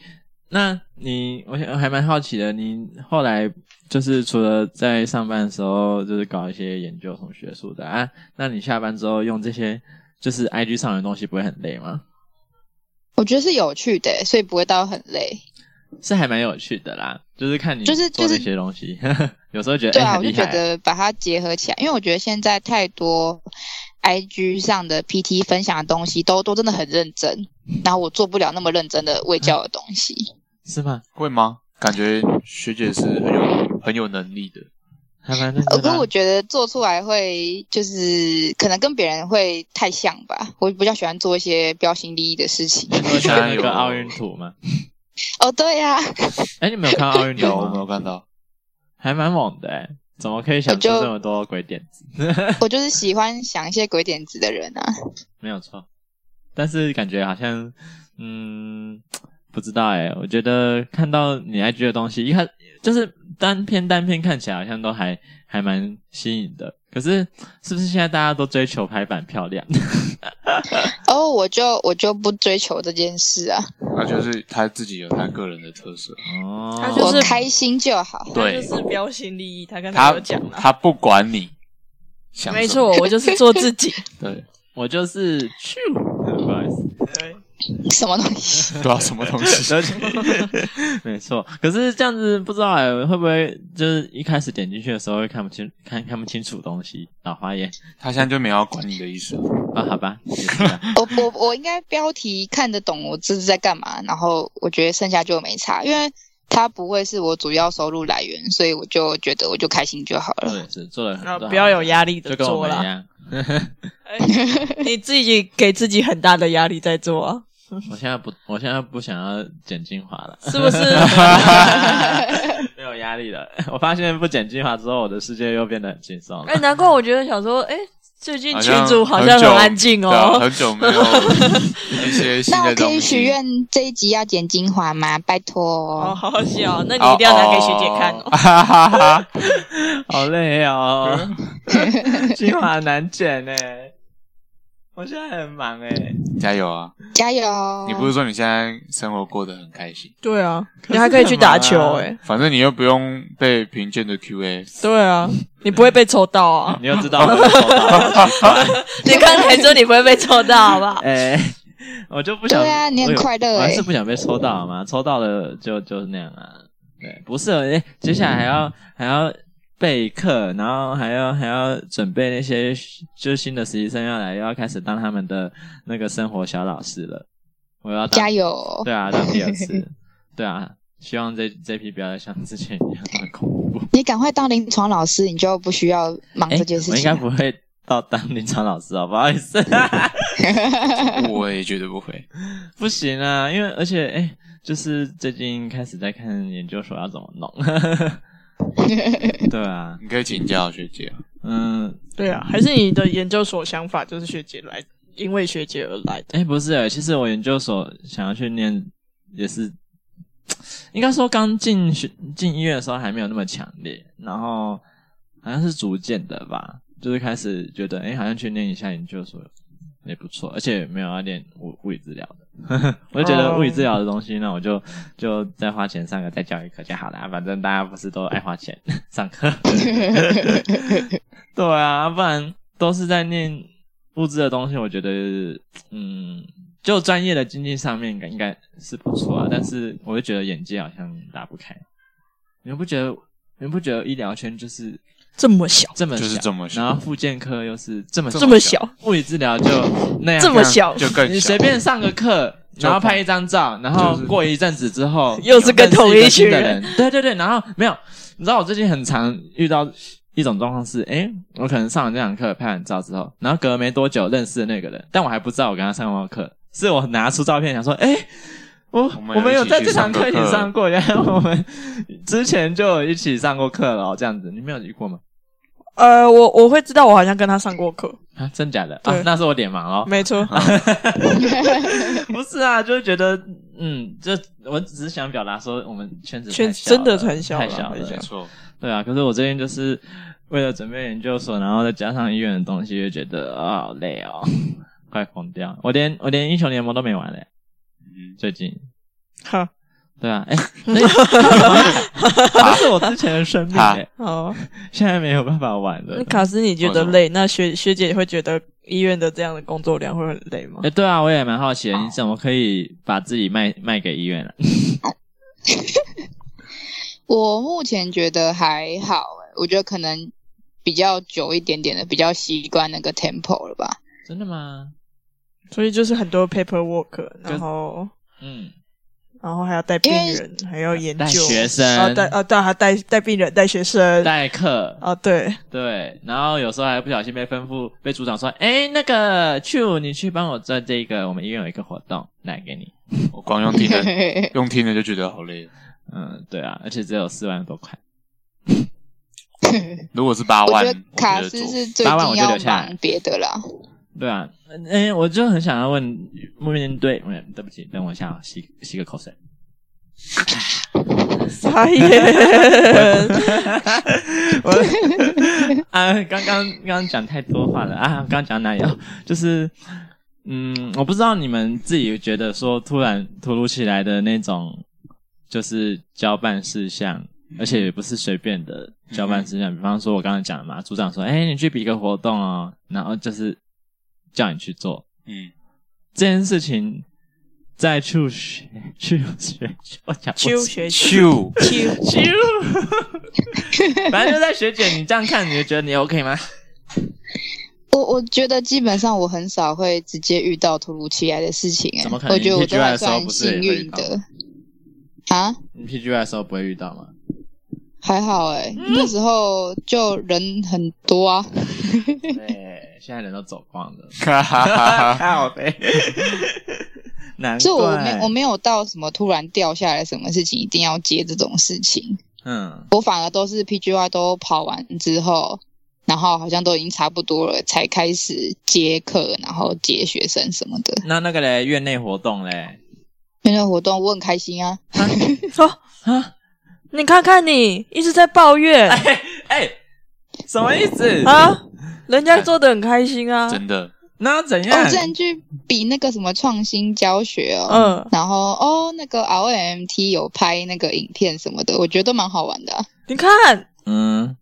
A: 那你，我想我还蛮好奇的，你后来就是除了在上班的时候，就是搞一些研究什么学术的啊，那你下班之后用这些就是 IG 上的东西，不会很累吗？
B: 我觉得是有趣的，所以不会到很累。
A: 是还蛮有趣的啦，就是看你
B: 就是
A: 做
B: 就是
A: 这些东西， 有时候觉得
B: 对
A: 哎、
B: 啊，
A: 很
B: 我就
A: 厉
B: 觉
A: 害，
B: 得把它结合起来，因为我觉得现在太多 IG 上的 PT 分享的东西都都真的很认真，然后我做不了那么认真的卫教的东西。
A: 是吗？
D: 会吗？感觉学姐是很有很有能力的。
A: 还蛮认真
B: 呃不
A: 的
B: 过
A: 啊、
B: 我觉得做出来会就是可能跟别人会太像吧，我比较喜欢做一些标新立异的事情。
A: 啊你有看那
D: 加油
A: 个奥运图吗？
B: 哦，对呀、
A: 哎、你们有看奥运
D: 有，
A: 图
D: 我没
A: 吗？
D: 有啊看到。
A: 还蛮猛的、哎，怎么可以想出
B: 我就
A: 这么多鬼点子？
B: 我就是喜欢想一些鬼点子的人啊。
A: 没有错，但是感觉好像，嗯，不知道哎、我觉得看到你 IG 的东西，一看就是单篇单篇看起来好像都还还蛮新颖的，可是是不是现在大家都追求排版漂亮？
B: 哦，我就我就不追求这件事啊，
D: 那就是他自己有他个人的特色，
A: 哦
C: 他就
B: 我
C: 是
B: 开心就好。
D: 对
C: 他就是标新立异，他跟他
D: 他
C: 有讲了，
D: 他不管你想什么，
C: 没错，我就是做自 己，
D: 对，
A: 我就是去，不好意思，
C: 对，
B: 什么东西？
D: 不知道什么东西。
A: 没错。可是这样子不知道哎、会不会就是一开始点进去的时候会看不清看看不清楚东西，老花眼
D: 他现在就没有要管你的意思。
A: 啊？好吧，也是啊
B: 我我我应该标题看得懂我这是在干嘛，然后我觉得剩下就没差，因为它不会是我主要收入来源，所以我就觉得我就开心就好
A: 做
B: 了。
A: 也是做了很
D: 啊
C: 然后
A: 多，
C: 啊不要有压力
A: 就
C: 的
A: 跟我
C: 做
A: 们一
C: 啦，
A: 样。
C: 哎你自己给自己很大的压力在做啊，
A: 我现在不，我现在不想要剪精华了，
C: 是不 是？
A: 没有压力了。 我发现不剪精华之后，我的世界又变得很轻松了
B: 啊
C: 哎、。难怪我觉得想说，哎、最近
D: 好
C: 群
D: 像
C: 主好像
D: 很久
C: 很安静
D: 对啊
C: 哦。
D: 很久没有一些新
B: 那
D: 的
B: 我可
D: 东
B: 以
D: 西。
B: 许愿这一集要剪精华吗？拜托哦、
C: 哦，好好笑哦，那你一定要拿给学姐看哦。
D: 哈哈哈！
A: 好累 哦，精华很难剪呢。我现在很忙哎，
D: 加油啊！
B: 加油！哦
D: 你不是说你现在生活过得很开心？
C: 对啊，
A: 是
C: 你还可以去打球
A: 干嘛
C: 哎、
D: 反正你又不用被评鉴的 Q&A，
C: 对啊，你不会被抽到 啊！
A: 你又知道我的手 法
C: 你刚才说你不会被抽到，好不好？
A: 哎，我就不想。
B: 对啊，你很
A: 我有
B: 快乐
A: 我
B: 哎、
A: 还是不想被抽到好吗？抽到了就就那样啊。对，不是，哎、接下来还要、还要备课，然后还要还要准备那些就是新的实习生要来，又要开始当他们的那个生活小老师了。我要当
B: 加油！哦
A: 对啊，当第二 次，对啊，希望这这批不要再像之前一样那么恐怖。
B: 你赶快当临床老师，你就不需要忙
A: 哎、
B: 这件事
A: 我应
B: 情啊
A: 该
B: 了。
A: 不会到当临床老师哦，不好意思。
D: 我也绝对不会。
A: 不行啊，因为而且哎、就是最近开始在看研究所要怎么弄。 对啊，
D: 你可以请教学姐啊，
A: 嗯，
C: 对啊，还是你的研究所想法就是学姐来，因为学姐而来的。
A: 哎、不是、欸，其实我研究所想要去念也是，应该说刚进学进医院的时候还没有那么强烈，然后好像是逐渐的吧，就是开始觉得哎、好像去念一下研究所也不错，而且没有要念物物理治疗的， 我就觉得
C: 哦
A: 物理治疗的东西，那我就就再花钱上个再教育课就好了，反正大家不是都爱花钱上课。 对啊，不然都是在念物质的东西，我觉得，嗯，就专业的经济上面应该是不错啊，但是我就觉得眼界好像打不开。你们不觉得？你们不觉得医疗圈就是
C: 这么小，
A: 这么小，
D: 就是这么小
A: 然后复健科又是这么
C: 这么小，
A: 物理治疗就那哎样，
C: 这么小，
D: 就更
A: 你
D: 小
A: 随便上个课，
D: 就
A: 然后拍一张照，然后
D: 就是
A: 过一阵子之 后
C: 又是跟同一群
A: 群的
C: 人
A: 人，对对对，然后没有，你知道我最近很常遇到一种状况是，诶，我可能上完这堂课拍完照之后，然后隔了没多久认识的那个人，但我还不知道我跟他上过课，是我拿出照片想说，诶，我
D: 我们
A: 我们有
D: 有一起
A: 在
D: 去
A: 这堂
D: 上过
A: 课一起
D: 课
A: 上过，原来我们之前就有一起上过课了、哦，这样子，你没有遇过吗？
C: 呃，我我会知道，我好像跟他上过课，
A: 啊，真假的啊
C: 对？
A: 那是我脸盲哦。
C: 没错。
A: 不是啊，就是觉得，嗯，就我只是想表达说，我们圈子太
C: 圈
A: 小了
C: 真的很小
A: 太
C: 了
A: 小
C: 很
A: 了
C: 小
D: 没，错，
A: 对啊。可是我最近就是为了准备研究所，然后再加上医院的东西，就觉得啊、好累哦，快疯掉！我连我连英雄联盟都没玩嘞，
D: 嗯，
A: 最近。
C: 哈，
A: 对啊，哎、那这是我之前的生命、哎，
C: 哦，
A: 现在没有办法玩了
C: 那。卡斯你觉得累？那学学姐会觉得医院的这样的工作量会很累吗
A: 哎、？对啊，我也蛮好奇的，你怎么可以把自己卖卖给医院了、啊
B: 我目前觉得还好、欸，我觉得可能比较久一点点的，比较习惯那个 tempo 了吧。
A: 真的吗？
C: 所以就是很多 paperwork，
A: 就
C: 然后
A: 嗯，
C: 然后还要带病人，还要研究
A: 带学生
C: 啊带啊带还带带病人带学生
A: 代课
C: 啊对，
A: 对，然后有时候还不小心被吩咐被组长说：“哎，那个 Chu，你去帮我做这个，我们医院有一个活动，来给你。
D: 我光用听的， 用听的就觉得好累。”
A: 嗯，对啊，而且只有四万多块。
D: 如果是八
B: 我
D: 万，
B: 觉得卡
D: 我觉
B: 斯
D: 得做
B: 是最
A: 八万我
B: 近
A: 就
B: 要
A: 留下来
B: 忙别的啦。
A: 对啊，哎，我就很想要问面对，嗯，对不起，等我一下，吸吸个口水。
C: 傻眼，
A: 我啊，刚刚刚刚讲太多话了啊！刚刚讲哪有？就是嗯，我不知道你们自己觉得说突然突如其来的那种，就是交办事项，而且也不是随便的交办事项。比方说，我刚刚讲的嘛，组长说：“哎、你去比个活动哦。”然后就是叫你去做
D: 嗯，
A: 这件事情， 在去学去学，我讲不
C: 秋
A: 出
C: 学秋
D: 咻，
A: 啾，反正就在学姐，你这样看，你就觉得你 OK 吗？
B: 我我觉得基本上我很少会直接遇到突如其来的事情、欸，
A: 怎么可能
B: 我觉得我都
A: PGY
B: 还
A: 的时候
B: 算
A: 不是也
B: 幸
A: 会遇
B: 运
A: 到
B: 的啊，
A: 你 PGY 的时候不会遇到吗？
B: 还好哎、那时候就人很多啊。
A: 对，现在人都走光了，
D: 哈哈哈哈！
A: 靠呗。难
B: 就我没
A: 怪，
B: 我没有到什么突然掉下来，什么事情一定要接这种事情，
A: 嗯，
B: 我反而都是 PGY 都跑完之后，然后好像都已经差不多了，才开始接课，然后接学生什么的。
A: 那那个嘞，院内活动嘞，
B: 那个活动我很开心啊，
C: 说
A: 啊，
C: 你看看你一直在抱怨
A: 哎、什么意思？
C: 啊，人家做的很开心啊，
D: 真的，
A: 那要怎
B: 我
A: 样
C: 哦
B: 之？前哦去比那个什么创新教学哦，
C: 嗯，
B: 然后哦那个 RMT 有拍那个影片什么的，我觉得都蛮好玩的啊、
C: 你看
A: 嗯，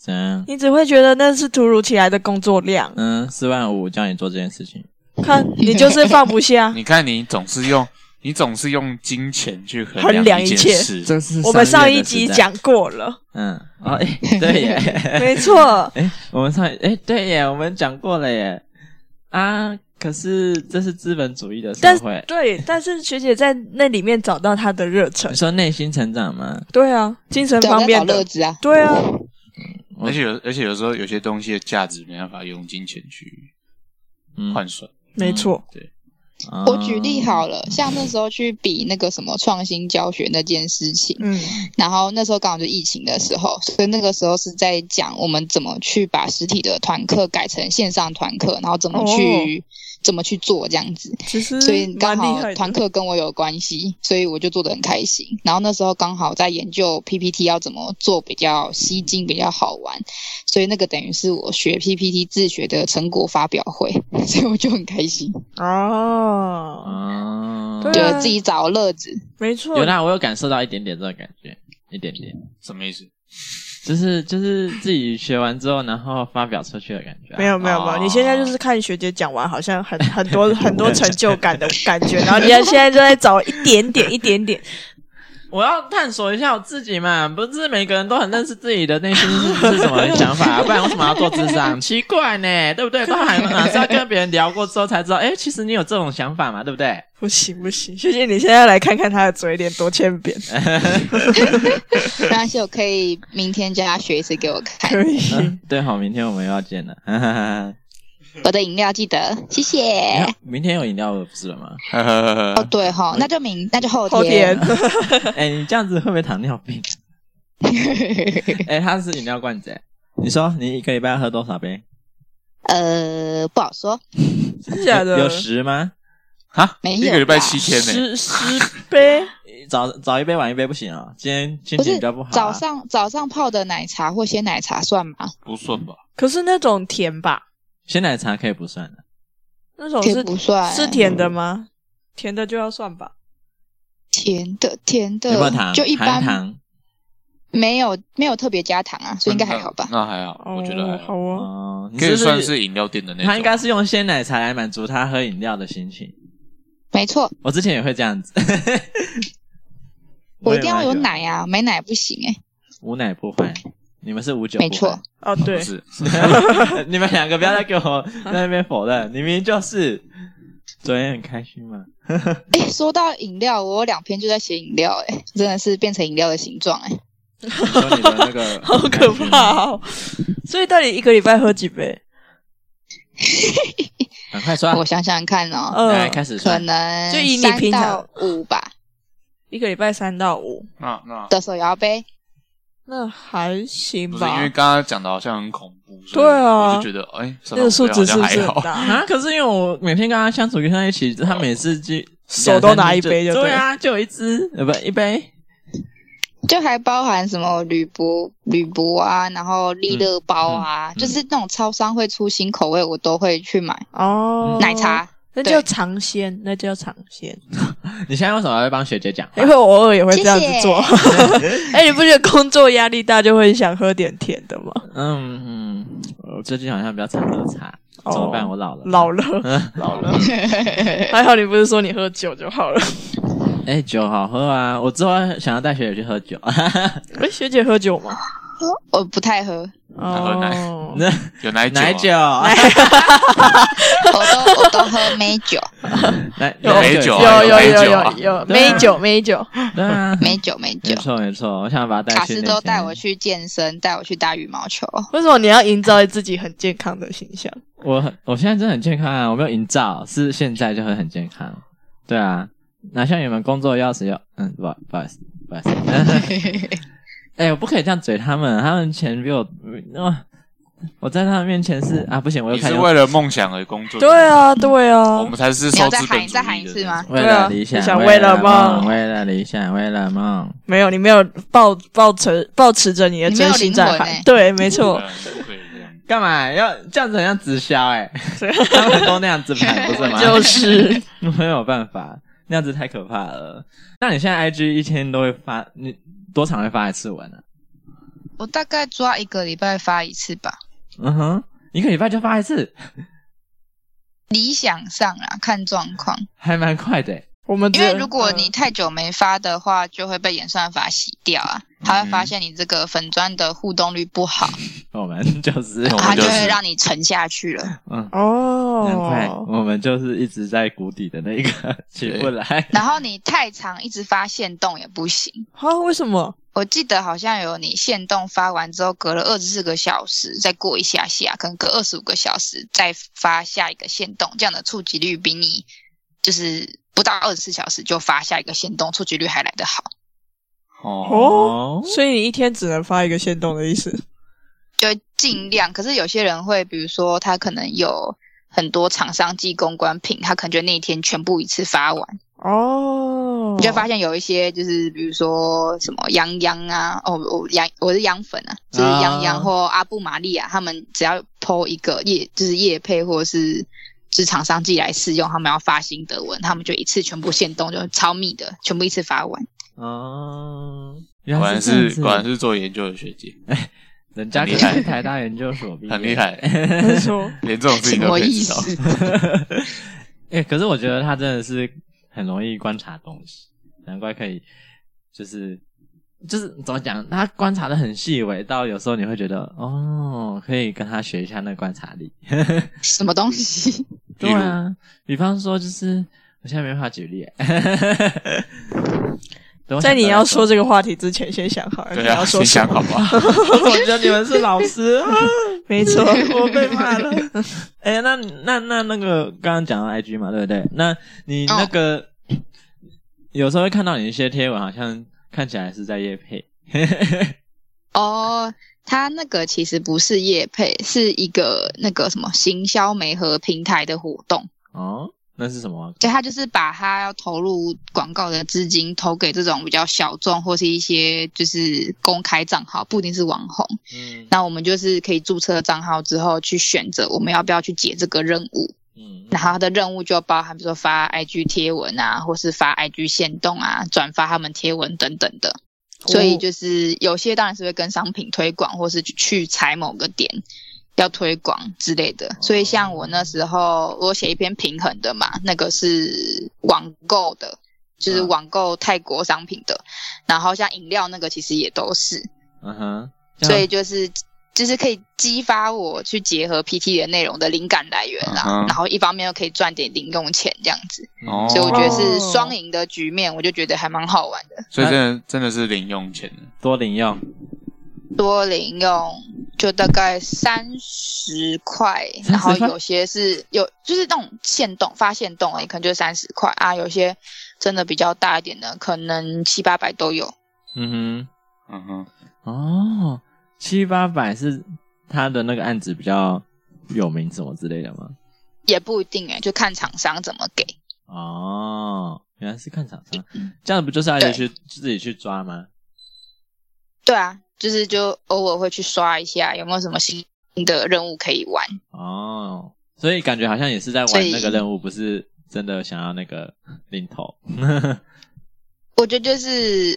A: 怎样？
C: 你只会觉得那是突如其来的工作量，
A: 嗯，四万五叫你做这件事情，
C: 看你就是放不下
D: 你看你总是用你总是用金钱去
C: 衡
D: 衡
C: 量
D: 一
C: 一
D: 件
C: 切
D: 事，
A: 这是
C: 我们上
A: 业
C: 一
A: 的
C: 集
A: 时代，
C: 讲过了，
A: 嗯，哦，哎、对耶，
C: 没错，
A: 哎、我们上一哎、对耶，我们讲过了耶，啊，可是这是资本主义的社
C: 但
A: 会，
C: 对，但是学姐在那里面找到她的热忱
A: 你，说内心成长吗？
C: 对啊，精神
B: 对我
C: 方
B: 在找
C: 面
B: 乐
C: 的，
B: 子啊，
C: 对啊，
A: 我
D: 而且有而且有时候有些东西的价值没办法用金钱去
A: 嗯，
D: 换算。
C: 没错，
D: 对，
A: 哦
C: 哦
B: 我举例好了，像那时候去比那个什么创新教学那件事情，
C: 嗯，
B: 然后那时候刚好就疫情的时候，所以那个时候是在讲我们怎么去把实体的团课改成线上团课，然后怎么
C: 哦
B: 去、怎么去做这样子。
C: 其实
B: 所以刚
C: 嗯蛮厉
B: 好
C: 害
B: 团
C: 的，
B: 课跟我有关系，所以我就做的很开心。然后那时候刚好在研究 PPT 要怎么做比较吸睛、比较好玩，所以那个等于是我学 PPT 自学的成果发表会，所以我就很开心，
C: 哦，
A: 啊，
C: 对
B: 觉
C: 啊
B: 得自己找乐子。
C: 没错
A: 有，啦，我有感受到一点点这个感觉，一点点，
D: 什么意思？
A: 就是就是自己学完之后，然后发表出去的感觉、啊
C: 没，有没有没有，你现在就是看学姐讲完，好像很 很多很多成就感的感觉，然后你现在就在找一点点一点 点，
A: 我要探索一下我自己嘛，不是每个人都很认识自己的内心是是什么想 法、啊不然为什么要做智商？奇怪呢，对不对？包含哪是要跟别人聊过之后才知道，哎、其实你有这种想法嘛，对不对？
C: 不行不行，学姐你现在来看看她的嘴脸多欠扁，
B: 没关系，我可以明天叫他学一次给我
D: 哎
B: 看。
C: 可以，
A: 嗯， 对，好，明天我们又要见了， 哈哈哈哈
B: 我的饮料记得，谢谢。
A: 明天有饮料了不是了吗？
D: 呵呵呵
B: 哦，
D: 呵，
B: 对哈，那就明那就后
C: 后
B: 天。
C: 天
A: 哎、你这样子会不会糖尿病？ 哎、它是饮料罐子、哎你说你一个礼拜要喝多少杯？
B: 呃，不好说，
C: 真
B: 啊
C: 假的
A: 有有十吗？
D: 哈，
B: 没有
D: 啊一个礼拜七天
C: 十
D: 呢、
C: 十杯，
A: 早早一杯晚一杯不行啊、今天心
B: 不
A: 情
B: 是
A: 比较不好、啊。
B: 早上早上泡的奶茶或鲜奶茶算吗？
D: 不算吧？
C: 可是那种甜吧，
A: 鲜奶茶可以不算的，
C: 那种
B: 也
C: 是
B: 不算，
C: 是甜
D: 嗯
C: 的吗？甜的就要算吧。
B: 甜的甜
A: 有没有
B: 的，
A: 糖？
B: 就一
A: 含
B: 般
A: 糖。
B: 没有没有特别加糖啊，所以应该还好吧。
D: 那那还好，我觉得还
C: 哦好
D: 好，
B: 嗯
C: 哦，
D: 嗯
A: 哦，你
D: 可
A: 是
D: 以
A: 不
D: 算是饮料店的那种。
A: 他应该是用鲜奶茶来满足他喝饮料的心情。
B: 没错，
A: 我之前也会这样子，
B: 我一
A: 也
B: 定要
A: 蛮喜
B: 有
A: 欢，
B: 奶啊，没奶不行哎。
A: 啊无奶不欢。你们是无酒，
B: 没错。
C: 哦对
D: 不，是，
A: 你们两个不要再给我在那边否认， 你明明就是昨天很开心嘛。
B: 哎，说到饮料，我有两篇就在写饮料哎，真的是变成饮料的形状哎。
A: 你说你的那个
C: 好可怕哦。所以到底一个礼拜喝几杯？
A: 赶快刷
B: 我，想想看哦，
A: 来
C: 嗯，
A: 开始刷
B: 可。能
C: 就以你
B: 三
C: 平常
B: 到五吧
C: 一个礼拜三到五，
D: 那那
B: 的手摇杯。
C: 那还行
D: 不是因
C: 吧
D: 为？刚刚讲的好像很恐怖，所以
C: 对啊
D: 我就觉得哎，
C: 那个数值是不
D: 好像还
C: 是很
D: 好？
C: 大？
A: 啊！可是因为我每天跟他相处跟他一起，他每次就
C: 哦手都拿一杯就对
A: 对啊，就有一支呃不一杯，
B: 就还包含什么铝箔、铝箔啊，然后利乐包啊，
A: 嗯
B: 就是那种超商会出新口味，我都会去买。
C: 哦，
B: 奶茶，
C: 那
B: 对
C: 叫尝鲜，那叫尝鲜。
A: 你现在为什么要帮学姐讲话
C: 因？为我偶尔也会这样子做。 哎，你不觉得工作压力大就会想喝点甜的吗？
A: 嗯嗯，我最近好像比较常喝茶，
C: 哦
A: 怎么办？我老了。
C: 老了，老了， 还好你不是说你喝酒就好了。
A: 哎、酒好喝啊！我之后想要带学姐去喝
D: 哦
A: 酒。
C: 哎，学姐喝酒吗？
B: 我不太喝，
D: 她喝奶
C: 哦，
A: 那
D: 有奶酒啊
A: 奶酒，
B: 我都我都喝美酒，
A: 奶
D: 有美酒啊
C: 有有有
D: 有美酒啊
C: 有有
A: 对啊
C: 美酒美酒，
A: 对啊，
B: 美酒美
A: 没
B: 酒。
A: 错没错，我想把她带
B: 卡
A: 去。
B: 斯都带我，去健身，带我去打羽毛球。
C: 为什么你要营造自己很健康的形象？
A: 我很我现在真的很健康啊！我没有营造，是现在就会很健康。对啊，哪像你们工作要死要，嗯，不好不好意思，不好意思。 哎、我不可以这样嘴他们，他们钱比我，哇！我在他们面前是啊，不行，我又
D: 你
A: 开
D: 是
A: 始
D: 为了梦想而工作。
C: 对，啊，对
D: 嗯我
C: 啊
D: 们，才是
B: 你
D: 受
B: 要再
D: 资
B: 喊
D: 本
B: 一
D: 主
B: 再喊
D: 义
B: 一
D: 的
B: 次
D: 人。
B: 吗？
A: 为
C: 对啊
A: 了理想，
C: 想
A: 为
C: 为了梦
A: 梦，为了理想，为了梦。
C: 没有，你没有抱抱持抱持着你的
B: 你没有
C: 真心在
B: 灵魂
C: 喊
B: 欸，
C: 对，没错，
D: 对，对这样
A: 干嘛要这样子？很像直销哎、 他们都那样子盘，不是吗？
C: 就是
A: 没有办法，那样子太可怕了。那你现在 IG 一天都会发，你多长会发一次文啊？
B: 我大概抓一个礼拜发一次吧，
A: 嗯哼，一个礼拜就发一次，
B: 理想上啦，看状况。
A: 还蛮快的欸、
C: 我们
B: 因
C: 只
B: 为如果你太久没发的话，就会被演算法洗掉啊，他会发现你这个粉砖的互动率不好，
A: 我们就是，
D: 哦我
B: 他
D: 们
B: 就
D: 就是
B: 会让你沉下去了。
A: 嗯，难怪
C: 哦，
A: 我们就是一直在谷底的那 个起不来。
B: 然后你太长一直发现动也不行，
C: 啊，为什么？
B: 我记得好像有你限动发完之后，隔了二十四个小时再过一下下，可能隔二十五个小时再发下一个限动，这样的触及率比你就是不到二十四小时就发下一个限动，触及率还来得好。
D: 哦，
C: 哦，所以你一天只能发一个限动的意思。
B: 就尽量。可是有些人会，比如说他可能有很多厂商寄公关品，他可能就那一天全部一次发完。
C: 哦，
B: 你就会发现有一些就是比如说什么泱泱啊，哦，我杨我是杨粉啊，就是
A: 啊
B: 泱泱或阿布玛利亚，他们只要 PO 一个业就是业配或者是。就是厂商寄来试用，他们要发新德文，他们就一次全部限动，就超密的，全部一次发完。
A: 哦，原
D: 果
A: 来
D: 然
A: 是这样
D: 是
A: 子
D: 果然是做研究的学姐，
A: 人家可
D: 很厉害
A: 是台大研究所毕业，
D: 很厉害，
C: 没错，
D: 连这种事
B: 什
D: 情都
B: 么
D: 可
B: 意
D: 以知道。
B: 思？
A: 哎、可是我觉得他真的是很容易观察东西，难怪可以，就是就是怎么讲，他观察的很细微，到有时候你会觉得哦，可以跟他学一下那个观察力。
B: 什么东西？
A: 对啊，比方说就是我现在没办法举例，欸 等我想到
C: 在你
A: 再
C: 要说
A: 说，
C: 这个话题之前，先想好你
D: 对
C: 要
D: 啊，
C: 说
D: 先
C: 什
D: 想
C: 么
D: 好。吧。
A: 我觉得你们是老师，啊
C: 没错，
A: 我被骂了。哎、那那那那个刚刚讲到 IG 嘛，对不对？那你那个、有时候会看到你一些贴文，好像看起来是在夜配，
B: 哦，他那个其实不是业配，是一个那个什么行销媒合平台的活动。
A: 哦，那是什么啊？
B: 对，他就是把他要投入广告的资金投给这种比较小众或是一些就是公开账号，不一定是网红。
A: 嗯
B: 那我们就是可以注册账号之后去选择我们要不要去解这个任务。
A: 嗯
B: 然后他的任务就包含比如说发 IG 贴文啊，或是发 IG 限动啊，转发他们贴文等等的。所
C: 哦
B: 以就是有些当然是会跟商品推广，或是去踩某个点要推广之类的。所以像我那时候，我写一篇平衡的嘛，那个是网购的，就是
A: 嗯
B: 网购泰国商品的。然后像饮料那个其实也都是，
A: 嗯哼，这样
B: 所以就是。就是可以激发我去结合 PT 的内容的灵感来源啦、
D: 嗯哼
B: 然后一方面又可以赚点零用钱这样子，
D: 哦
B: 所以我觉得是
C: 哦
B: 双赢的局面，我就觉得还蛮好玩的。
D: 所以真的真的是零用钱的
A: 多领用
B: 多零用就大概三十块，
A: 块
B: 然后有些是有就是那种限动发限动而已，可能就三十块啊。有些真的比较大一点的，可能七八百都有。
A: 嗯
D: 嗯
A: 哼，
D: 哼，
A: 哦，七八百是他的那个案子比较有名什么之类的吗？
B: 也不一定哎、就看厂商怎么给。
A: 哦，原来是看厂商，这样不就是要自己去自己去抓吗？
B: 对啊，就是就偶尔会去刷一下有没有什么新的任务可以玩。
A: 哦，所以感觉好像也是在
B: 所
A: 玩
B: 以
A: 那个任务，不是真的想要那个领头。嗯
B: 我觉得就是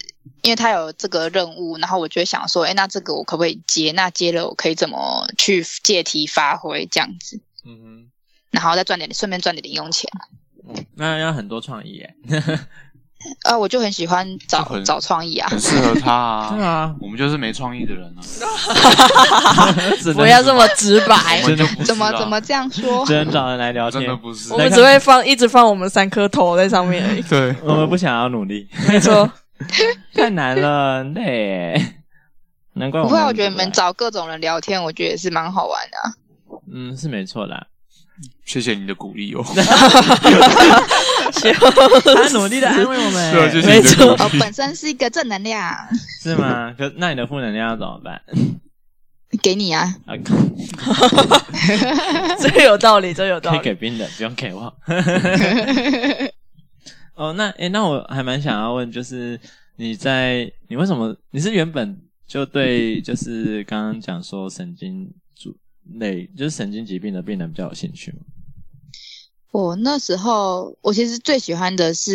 B: 因为他有这个任务，然后我就会想说，哎，那这个我可不可以接？那接了我可以怎么去借题发挥这样子？
A: 嗯
B: 然后再赚点，顺便赚点零用钱。
A: 哼，那要很多创意耶。
B: 啊，我就很喜欢
D: 这
B: 找
D: 很
B: 找创意啊。
D: 很适合他
A: 对
D: 啊。
A: 啊，
D: 我们就是没创意的人啊，
A: 只能
C: 不要这么直白
D: 我，们就不是啊
B: 怎么怎么 这样说
A: 只？能找人来聊
D: 真
A: 天
D: 的。不是。
C: 我？们只会放一直放我们三颗头在上面而已
D: 对，
A: 我们不想要努力，
C: 没错，
A: 太难了，很累耶。难怪
B: 不
A: 我
B: 会
A: 们
B: 啊，我觉得你们找各种人聊天，我觉得也是蛮好 玩的啊、
A: 嗯是没错啦。
D: 谢谢你的鼓励哦。
A: 他努力的安慰我 们，
D: 对啊，就是
C: 没
D: 你的
C: 错
D: 故
B: 我
D: 事
B: 哦本身是一个正能量，
A: 是吗？可那你的负能量要怎么办？
B: 给你啊，
A: 啊，
C: 这有道理，这有道
A: 可以
C: 理。
A: 给别人的，不用给我。 哦，那诶、那我还蛮想要问，就是你在你为什么你是原本就对就是刚刚讲说神经主类就是神经疾病的病人比较有兴趣吗？
B: 我那时候我其实最喜欢的是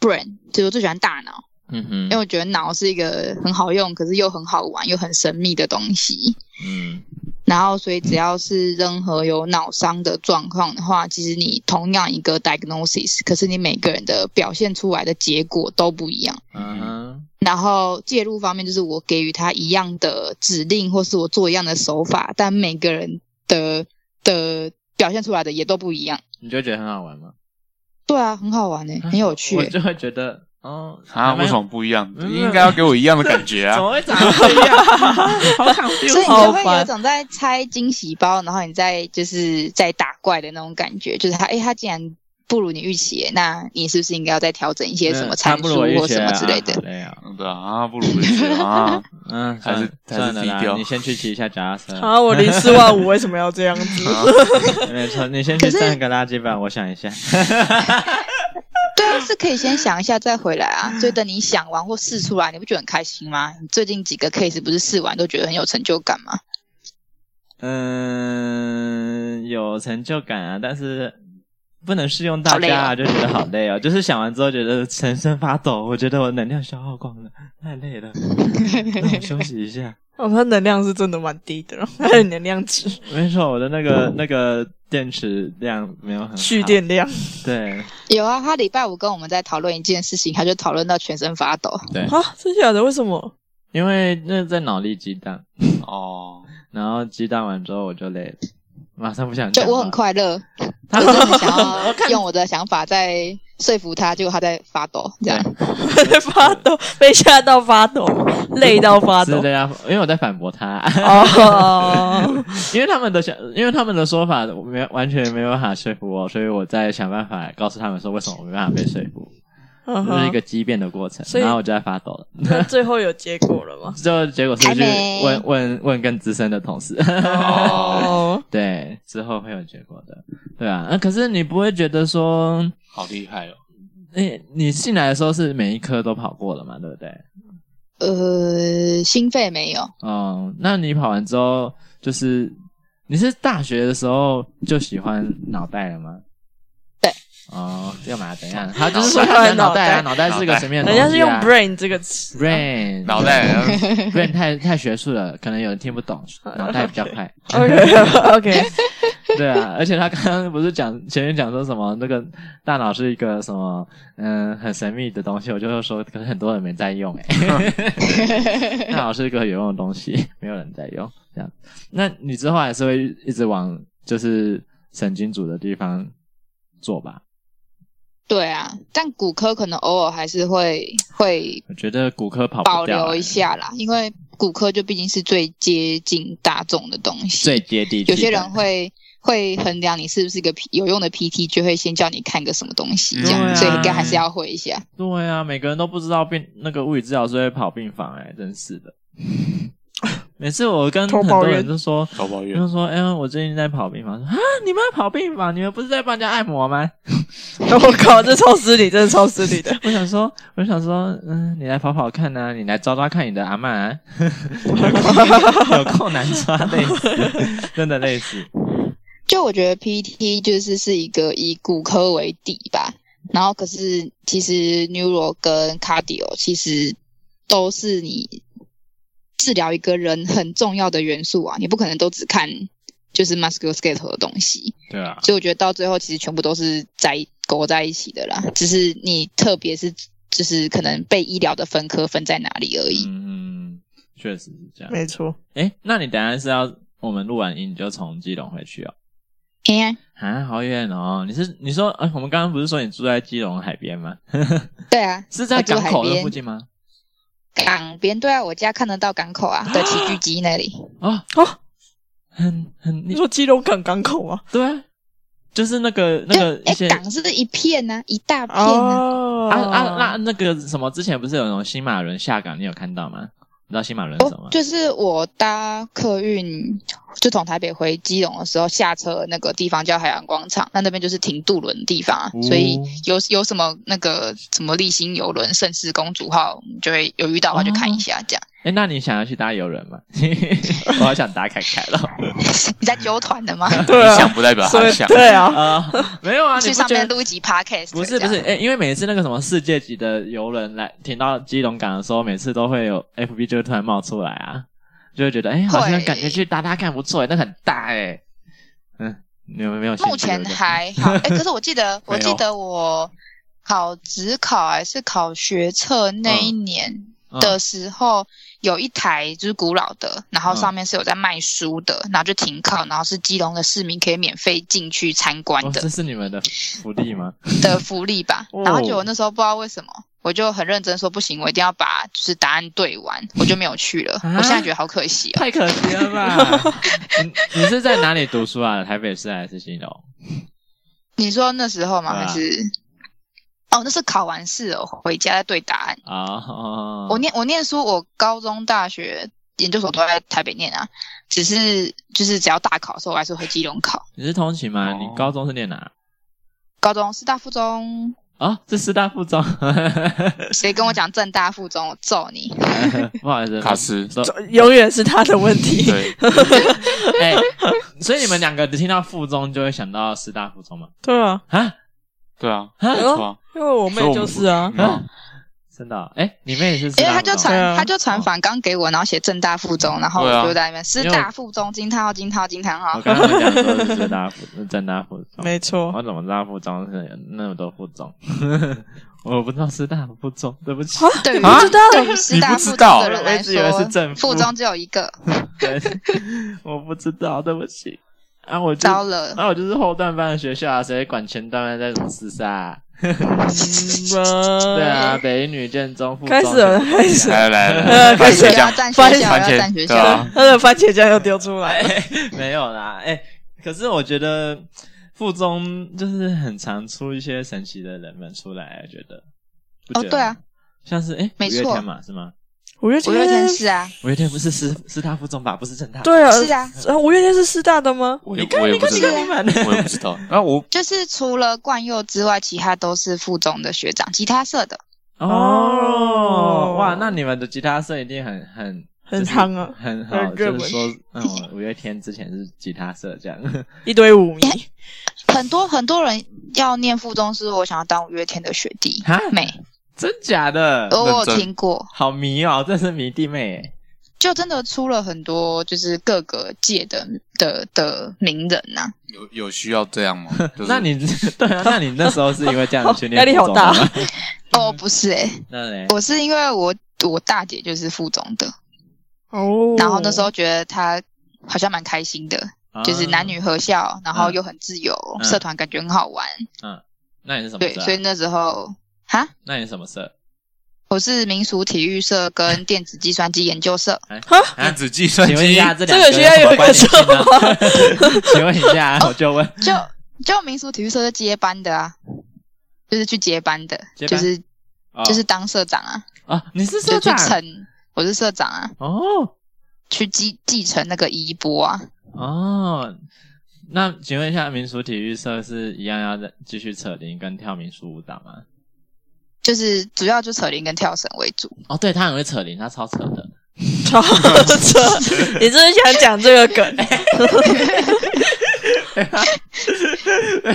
B: brain，就是我最喜欢大脑，
A: 嗯
B: 因为
A: 哼，
B: 我觉得脑是一个很好用，可是又很好玩又很神秘的东西。
A: 嗯
B: 然后，所以只要是任何有脑伤的状况的话，其实你同样一个 diagnosis，可是你每个人的表现出来的结果都不一样。
A: 嗯哼，
B: 然后介入方面，就是我给予他一样的指令，或是我做一样的手法，但每个人的的表现出来的也都不一样。
A: 你就会觉得很好玩吗？
B: 对啊，很好玩呢、很有趣
A: 嗯我
B: 欸、
A: 就会觉得哦，
D: 啊，
A: 还蛮
D: 为什么不一样？
A: 嗯
D: 应该要给我一样的感觉
A: 怎
D: 啊！
A: 么会长得不一样？好想
B: 所以你
C: 好
B: 就会有
C: 烦
B: 一种在拆惊喜包，然后你在就是在打怪的那种感觉，就是哎他诶，他竟然不如你预期耶，那你是不是应该要再调整一些什么参
A: 不如
B: 数
A: 我预
B: 或
A: 期
B: 什
A: 啊
B: 么之类的
A: 好？累啊
D: 嗯对啊啊，不如回去啊！
A: 嗯，
D: 还是
A: 算了
D: 还是
A: 算
D: 低
A: 了啦，
D: 调
A: 你先去骑一下脚踏车。
C: 啊，我零四万五为什么要这样子？
D: 啊
A: 没错，你先去站个垃圾吧，我想一下。
B: 对啊，是可以先想一下再回来啊。所以等你想完或试出来，你不觉得很开心吗？你最近几个 case 不是试完都觉得很有成就感吗？
A: 嗯，有成就感啊，但是不能适用大
B: 好累
A: 家啊，
B: 哦
A: 就觉得好累哦。就是想完之后觉得全身发抖，我觉得我能量消耗光了，太累了，让我休息一下。
C: 哦，他能量是真的蛮低 的，他的能量值、
A: 没错，我的那个那个电池量没有很好
C: 蓄，电量，
A: 对
B: 有啊，他礼拜五跟我们在讨论一件事情，他就讨论到全身发抖。
A: 对，
C: 啊，真假的？为什么？
A: 因为那在脑力激荡，
D: 哦，
A: 然后激荡完之后我就累了，马上不想
B: 就
A: 讲话。
B: 我很快乐， 我真的想要用我的想法在说服他，结果他在发抖，这样。
C: 发抖，被吓到发 抖，累到发
A: 是
C: 抖
A: 的。呀，因为我在反驳他。
C: 哦，
A: 因为他们的想，因为他们的说法我没完全没有办法说服我，所以我在想办法告诉他们说为什么我没办法被说服，
C: 嗯
A: 就是一
C: 哼
A: 个激辩的过程。
C: 所以
A: 然后我就在发抖了，
C: 那最后有结果了吗？
A: 最后结果是
B: 还
A: 去
B: 没
A: 问问问更资深的同 事，
C: 哦，
A: 对，之后会有结果的，对啊。那、可是你不会觉得说，
D: 好厉害哦！
A: 你你进来的时候是每一科都跑过了嘛，对不对？
B: 呃，心肺没有，
A: 嗯，那你跑完之后，就是你是大学的时候就喜欢脑袋了吗？
B: 对。
A: 哦，干嘛？等一下，他就是说他喜欢脑袋啊，脑袋是个什么样的东西
C: 人
A: 啊？
C: 家是用 brain 这个 词
A: brain
D: 脑袋然后
A: brain 太太学术了，可能有人听不懂，脑袋比较快。
C: OK OK，
A: 对啊，而且他刚刚不是讲前面讲说什么那个大脑是一个什么嗯很神秘的东西，我就会说，可是很多人没在用哎、 欸，大脑是一个有用的东西，没有人在用这样。那你之后还是会一直往就是神经组的地方做吧？
B: 对啊，但骨科可能偶尔还是会会
A: 我觉得骨科跑
B: 保
A: 不掉、啊
B: 留一下啦，因为骨科就毕竟是最接近大众的东西，
A: 最接地气的。
B: 有些人会会衡量你是不是一个 P- 有用的 PT，就会先叫你看个什么东西这样，
A: 对啊
B: 所以应该还是要会一下。
A: 对啊，每个人都不知道病那个物理治疗师会跑病房哎、真是 的。每次我跟
C: 偷
A: 很
C: 抱
A: 多
C: 怨
A: 人就说，
D: 小抱怨
A: 就说：“哎、我最近在跑病房。”说：“啊，你们在跑病房？你们不是在帮人家按摩吗
C: 我靠，这超失礼，真的超失礼的。？”
A: 我想说，我想说，嗯，你来跑跑看呢、你来抓抓看你的阿曼、啊， 有够难抓，累死， 真的累死。
B: 就我觉得 PT 就是是一个以骨科为底吧，然后可是其实 neuro 跟 cardio 其实都是你治疗一个人很重要的元素啊，你不可能都只看就是 musculoskeletal 的东西，
A: 对啊，
B: 所以我觉得到最后其实全部都是在勾在一起的啦，只是你特别是就是可能被医疗的分科分在哪里而已。
A: 嗯，确实是这样。
C: 没错，
A: 哎、那你等一下是要我们录完音你就从基隆回去哦？
B: 哎呀、
A: 啊，好远哦！你是你说，哎、我们刚刚不是说你住在基隆海边吗？
B: 对啊，
A: 是在
B: 我住
A: 港
B: 海
A: 口的
B: 边
A: 附近吗？
B: 港边对啊，我家看得到港口啊的起居机那里。
A: 哦
C: 哦，
A: 很很
C: 你说基隆港港口吗？
A: 对啊，就是那个那个一
B: 哎
A: 些，啊
B: 港是一片呢、一大片呢、
C: 哦
A: 啊那那个什么，之前不是有那种新马伦下港，你有看到吗？你知道新马伦是什么吗？
B: 哦就是我搭客运，就从台北回基隆的时候，下车那个地方叫海洋广场，那那边就是停渡轮的地方啊，
A: 哦
B: 所以有有什么那个什么立新游轮、盛世公主号，你就会有遇到的话就看一下这样。
A: 哎、那你想要去搭游轮 吗？我好想搭凯凯了。
B: 你在纠团的吗？
C: 对啊，
D: 想不代表
C: 所
D: 他
C: 以
D: 想，
C: 对啊，
A: 啊、没有啊，你
B: 去
A: 不
B: 上
A: 觉
B: 面
A: 得？
B: 录一集 podcast？
A: 不是
B: 这
A: 不
B: 样
A: 是，哎、因为每次那个什么世界级的游轮来停到基隆港的时候，每次都会有 FB 就会突然冒出来啊，就会觉得哎、好像
B: 会
A: 感觉去搭搭看不错哎、那很大哎、嗯，你有没有兴趣？
B: 目前还好，哎、可是我记得， 我
D: 没
B: 记
D: 有
B: 得我考职考还是考学测那一年
A: 嗯
B: 的时候，有一台就是古老的，然后
A: 嗯
B: 上面是有在卖书的，然后就停靠，然后是基隆的市民可以免费进去参观
A: 哦，
B: 的、
A: 这是你们的福利吗？
B: 的福利吧
A: 哦。
B: 然后就我那时候不知道为什么。我就很认真说不行，我一定要把就是答案对完，我就没有去了。
A: 啊
B: 我现在觉得好可惜哦。
A: 太可惜了吧！ 你你是在哪里读书啊？台北市还是新隆？
B: 你说那时候吗？
A: 对啊
B: 还是哦，那是考完试哦，回家再对答案。
A: 啊、哦，
B: 我念我念书，我高中、大学、研究所都在台北念啊，只是就是只要大考的时候，我还是回基隆考。
A: 你是通勤吗？你
D: 哦
A: 高中是念哪？
B: 高中师大附中，
A: 哦，是师大附中。 呃
B: 谁跟我讲正大附中，我揍你！
A: 不好意思，
D: 卡斯
A: 说
C: 永远是他的问题。
D: 对，
A: 哎、所以你们两个只听到附中就会想到师大附中吗？
C: 对啊，
A: 啊，
D: 对啊，
A: 啊
D: 没错啊，嗯
C: 因为我妹就是啊，
D: 所以我们
A: 真的哦、哎、你们也是师
B: 因为
A: 大
B: 他
A: 附中
B: 就
C: 对啊
B: 传他就传反纲给我，然后写正大附中，然后
D: 对啊
B: 我就在那边师
A: 因为我
B: 大附中惊叹号惊叹号惊叹
A: 我
B: 号。
A: 刚刚讲说是师大附，真大附中。
C: 没错，
A: 我怎么知道附中是有那么多附中？ 我不知道师大附中，对不起。
B: 对于
C: 啊知道
B: 对于师大
D: 你不知
B: 附中
D: 道
B: 的人
A: 我一
B: 来
A: 直以为是正
B: 说，
A: 附
B: 附中只有一 个，
A: 对， 我不知道，对不起。啊，我就
B: 糟了。
A: 那、我就是后段班的学校啊，谁会管前段班在怎么厮杀、啊？对
C: 嗯对
A: 啊，北一女建中附中
C: 开始了
A: 全部都一样
C: 开始了
D: 来来
C: 呃开
D: 来，番
C: 始
D: 茄
B: 不要
D: 酱，
B: 站学
C: 番
B: 校，不要
D: 番
B: 站
D: 茄
B: 学
D: 对
B: 校。
D: 啊，
C: 他的番茄酱又丢出来，
A: 没有啦，哎、可是我觉得附中就是很常出一些神奇的人们出来，我觉得。不觉得吗
B: 哦对啊，
A: 像是哎，
B: 没
A: 五月
B: 错
A: 天嘛是吗？
C: 五月
B: 五月天是啊，
A: 五月天不是师师大附中吧？不是正大。，
C: 对啊，
B: 是啊，
C: 啊，五月天是师大的吗？
D: 我也我也不知道，
A: 你们
D: 我也不知道，然后我
B: 就是除了冠佑之外，其他都是附中的学长，吉他社的。
A: 哦，哇，那你们的吉他社一定很很
C: 很
A: 就是
C: 夯啊
A: 很
C: 很
A: 好，
C: 热
A: 就
C: 门
A: 是说，嗯，我五月天之前是吉他社这样。
C: 一堆舞迷，
B: 哎很多很多人要念附中，是我想要当五月天的学 弟
A: 哈
B: 妹，
A: 真假的？
B: 我有
D: 认真
B: 听过，
A: 好迷哦，这是迷弟妹耶。
B: 就真的出了很多就是各个界的的的名人啊呐、
D: 有有需要这样吗？就是
A: 那你 对 啊，那你那时候是因为这样去念
C: 压力好
A: 附中吗
C: 大。
A: 嗯
B: 哦，不是诶、
A: 啊那嘞，
B: 我是因为我我大姐就是附中的，
C: 哦
B: 然后那时候觉得她好像蛮开心的， 就是男女合校，然后又很自由，
A: 啊嗯
B: 社团感觉很好玩，
A: 啊。那你是什么
B: 对，
A: 社啊？
B: 所以那时候哈，
A: 那你是什么 社？
B: 我是民俗体育社跟电子计算机研究社。
D: 电子计算
A: 啊请问一
D: 机，
A: 下，这两
C: 这个学校有一个
A: 什么关联性呢？ 请问一下，我就问，
B: 就就民俗体育社是接班的啊，就是去接班的，
A: 接班
B: 就是
A: 哦
B: 就是当社长啊，
A: 啊，你是社
B: 就去
A: 长
B: 承我是社长啊，
A: 哦
B: 去继继承那个衣钵啊。
A: 哦。那请问一下，民俗体育社是一样要再继续扯铃跟跳民俗舞蹈吗？
B: 就是主要就扯铃跟跳绳为主，
A: 哦，对他很会扯铃，他超扯的。
C: 超扯，你真的想讲这个梗？
A: 被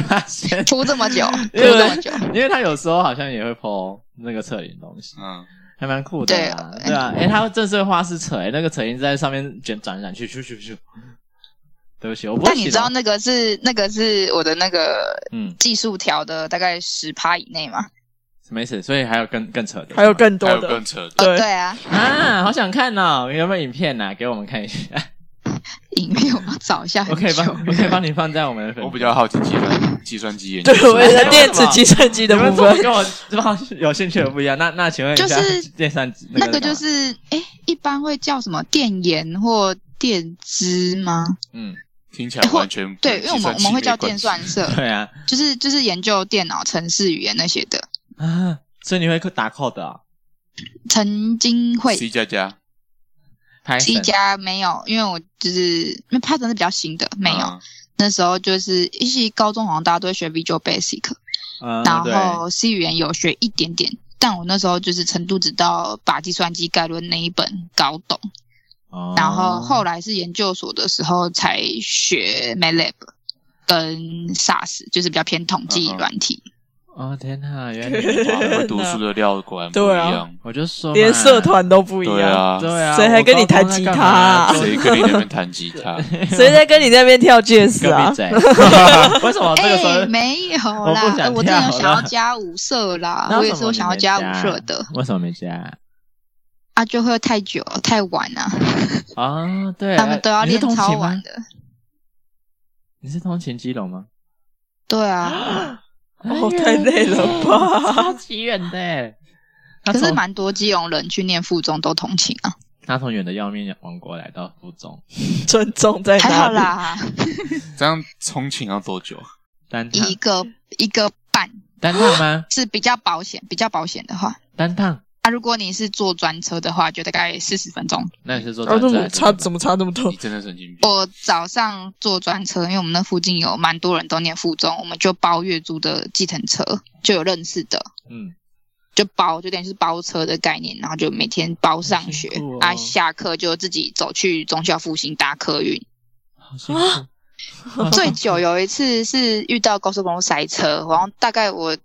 A: 发现，
B: 铺 这么久，铺
A: 因为
B: 这么久，
A: 因为他有时候好像也会 PO 那个扯铃的东西。
D: 嗯，
A: 还蛮酷的、啊，对
B: 对
A: 啊，哎、他正式花式扯、诶那个扯音在上面卷转转去， 咻咻咻。对不起，我不会
B: 但你
A: 形容。
B: 知道那个是那个是我的那个
A: 嗯，
B: 技术调的大概十趴以内嘛？
A: 什么意思？所以还有更更扯的，
C: 还有更多
D: 还有
C: 的
D: 更，扯的，
B: 哦，
C: 对
B: 对啊，
A: 啊，好想看哦！有没有影片呐、给我们看一 下，
B: 影片我要找一下
A: 我
B: 很
A: 可以
B: 久
A: 帮， 我可以哎帮你放在我们的粉。
D: 我比较好奇计算计算机研究
C: 对，
D: 所，
C: 我也在电子计算机
A: 你
C: 的
A: 们
C: 部
A: 怎么
C: 分。
A: 跟我这帮有兴趣的不一样？那那请问一下，
B: 就是
A: 电商那个
B: 那个
A: 干
B: 就
A: 嘛
B: 是，哎，一般会叫什么电研或电资吗？
A: 嗯，
D: 听起来完全不
B: 对，因为我们我们会叫电，算社，
A: 对啊，
B: 就是就是研究电脑、程式语言那些的。
A: 啊，所以你会打 code 啊
B: 曾经
D: 计算
B: 会
D: 机没关 C 加加
B: 一
A: Python
B: 家没有，因为我就是因为 Python 是比较新的，没有、
D: 嗯
B: 那时候就是一些高中好像大家都会学 Visual Basic，、
A: 嗯，
B: 然
A: 对
B: 后 C 语言有学一点点，但我那时候就是程度只到把计算机概论那一本搞懂，
A: 哦
B: 然后后来是研究所的时候才学 MATLAB 跟 SAS，就是比较偏统计
D: 嗯哼
B: 软体。
A: 哦天哪，原来 你
D: 哇会读
C: 天哪
D: 书的料果然不一
C: 对啊
D: 样，
A: 我就说嘛
C: 连社团都不一
D: 对
C: 样，
D: 啊，
A: 对啊，
C: 谁还
A: 我
C: 跟你
A: 高中
C: 弹
A: 在
C: 吉
A: 干
C: 他
A: 嘛
C: 啊
A: 就
D: 谁跟你那边弹吉他？
C: 谁在跟你那边跳爵士
A: 隔
C: 啊
A: 壁？仔？为什么哦这
B: 哎、
A: 个时候
B: 没有
A: 我
B: 啦，
A: 不想
B: 呃我真的有
A: 跳
B: 想要
A: 了
B: 加舞社啦，
A: 那
B: 我
A: 为
B: 也
A: 什
B: 是
A: 么
B: 有
A: 你
B: 想要
A: 没
B: 加
A: 加
B: 舞社的
A: 为什么没加？
B: 啊，就会太久太晚了、
A: 啊，对，
B: 他们都要
A: 你是
B: 练
A: 通
B: 超
A: 勤吗
B: 晚的。
A: 你是通勤基隆吗？
B: 对啊，
C: 哦，太累了吧？
A: 极哎远的欸，他
B: 可是
A: 从
B: 蛮多基隆人去念附中都同情啊，
A: 他从远的要命王国来到附中，
C: 尊重
A: 哎
C: 在
B: 还
C: 哪
B: 好
C: 里？
B: 啦，
D: 这样通勤要多久？啊
A: 单趟
B: 一个一个半
A: 单趟吗？
B: 是比较保险，比较保险的话，
A: 单趟？
B: 啊，如果你是坐专车的话，就大概四十分钟。
A: 那你是说
B: 哦
C: 啊，
A: 转
C: 怎
A: 载
C: 么
A: 还是
C: 差
A: 什么
C: 怎么差那么多
D: 你？真的神经病！
B: 我早上坐专车，因为我们那附近有蛮多人都念附中，我们就包月租的计程车，就有认识的，
A: 嗯，
B: 就包，就等于是包车的概念，然后就每天包上学
A: 好辛苦，哦
B: 啊，下课就自己走去中校复兴搭 客运。
A: 好辛苦。
B: 最久有一次是遇到高速公路塞车，然后大概我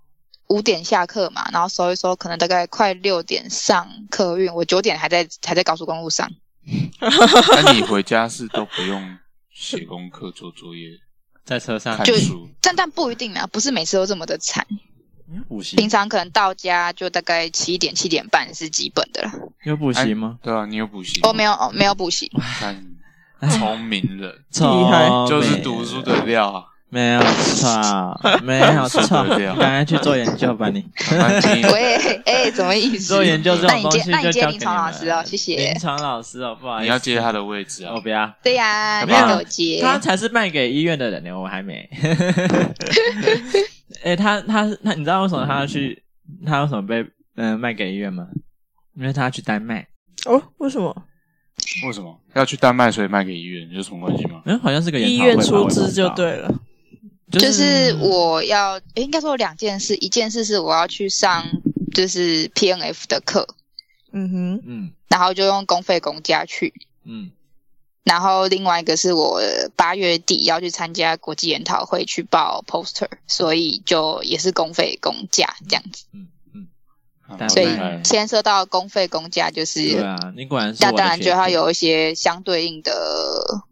B: 五点下课嘛，然后收一收，可能大概快六点上客运，我九点还在还在高速公路上。
D: 那你回家是都不用写功课、做作 业、
A: 在车上
D: 看
B: 就
D: 书？
B: 但但不一定啊，不是每次都这么的惨。
A: 嗯补习
B: 平常可能到家就大概七点七点半是基本的了。
A: 有补习吗？
D: 对啊，你有补习？
B: 哦，没有哎哦，没有 补习。
D: 看，聪明人
A: 超
C: 害
A: 美
D: 哎就是读书的 料啊。
A: 没有 错，没有
D: 受
A: 错，
D: 得了
A: 赶快去做研究吧 你。
D: 那你
B: 喂，哎、怎么意思
A: 做？研究这
B: 那
A: 种
B: 你
A: 东
B: 接
A: 西
B: 那
A: 就
B: 你接
A: 交给
B: 临床
A: 你
B: 老
A: 们
B: 师哦谢谢
A: 临床老师哦，不好意思，
D: 你要接他的位置啊
A: 我。不要，
B: 对呀、啊，
D: 干
B: 你
D: 嘛
B: 要给我接。
A: 他才是卖给医院的人呢，我还 没。哎、他他他，你知道为什么他要去？他为什么被嗯、呃卖给医院吗？因为他要去丹麦，
C: 哦，为什么
D: 为什么要去丹麦，所以卖给医院有什么关系吗？
A: 嗯，好像是个研
C: 医
A: 讨会吧
C: 院出
A: 我也
C: 资
A: 不知道
C: 就对了？
A: 就
B: 就是我要，诶应该说有两件事，一件事是我要去上就是 PNF 的课，
C: 嗯哼，
A: 嗯
B: 然后就用公费公假去，
A: 嗯
B: 然后另外一个是我八月底要去参加国际研讨会去报 poster，所以就也是公费公假这样子，
A: 嗯嗯，
D: 啊
A: 丹麦
B: 所以
D: 我明白了
B: 牵涉到公费公假就
A: 对
B: 是。
A: 啊，你果然是
B: 那
A: 我的
B: 当然
A: 学
B: 就要
A: 弟
B: 有一些相对应的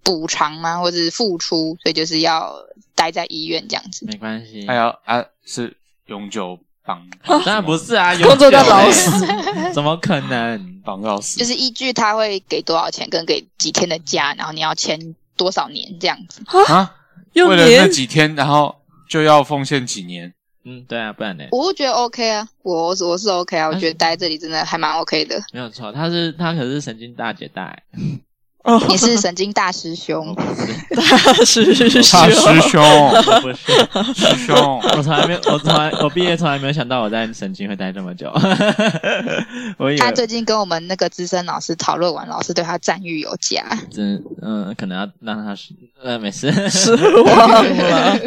B: 补偿嘛，或者是付出，所以就是要待在医院这样子。
A: 没关系，
D: 还有啊，是永久绑，
A: 当然不是啊，
C: 工作到
A: 永久
C: 老
A: 欸
C: 死，
A: 怎么可能？
D: 绑到死
B: 就。是依据他会给多少钱跟给几天的假，然后你要签多少年这样子。
D: 啊，
C: 又
D: 为了那
C: 年
D: 几天，然后就要奉献几年，
A: 嗯，对啊，不然呢？
B: 我觉得 OK 啊，我我是我是 OK 啊，我觉得待在这里真的还蛮 OK 的。
A: 没有错，他是他可是神经大姐大欸，
C: 哦，
B: 你是神经大师兄
A: 我，不是，
C: 大师
D: 大啊师
C: 兄，
D: 兄，
A: 我不是。
D: 师兄，
A: 我从来没有，我从来我毕业从来没有想到我在神经会待这么久， 我以
B: 他
A: 为
B: 最近跟我们那个资深老师讨论完，老师对他赞誉有加。
A: 真嗯、可能要让他是呃没事，
C: 失 望
D: 啊
C: 了。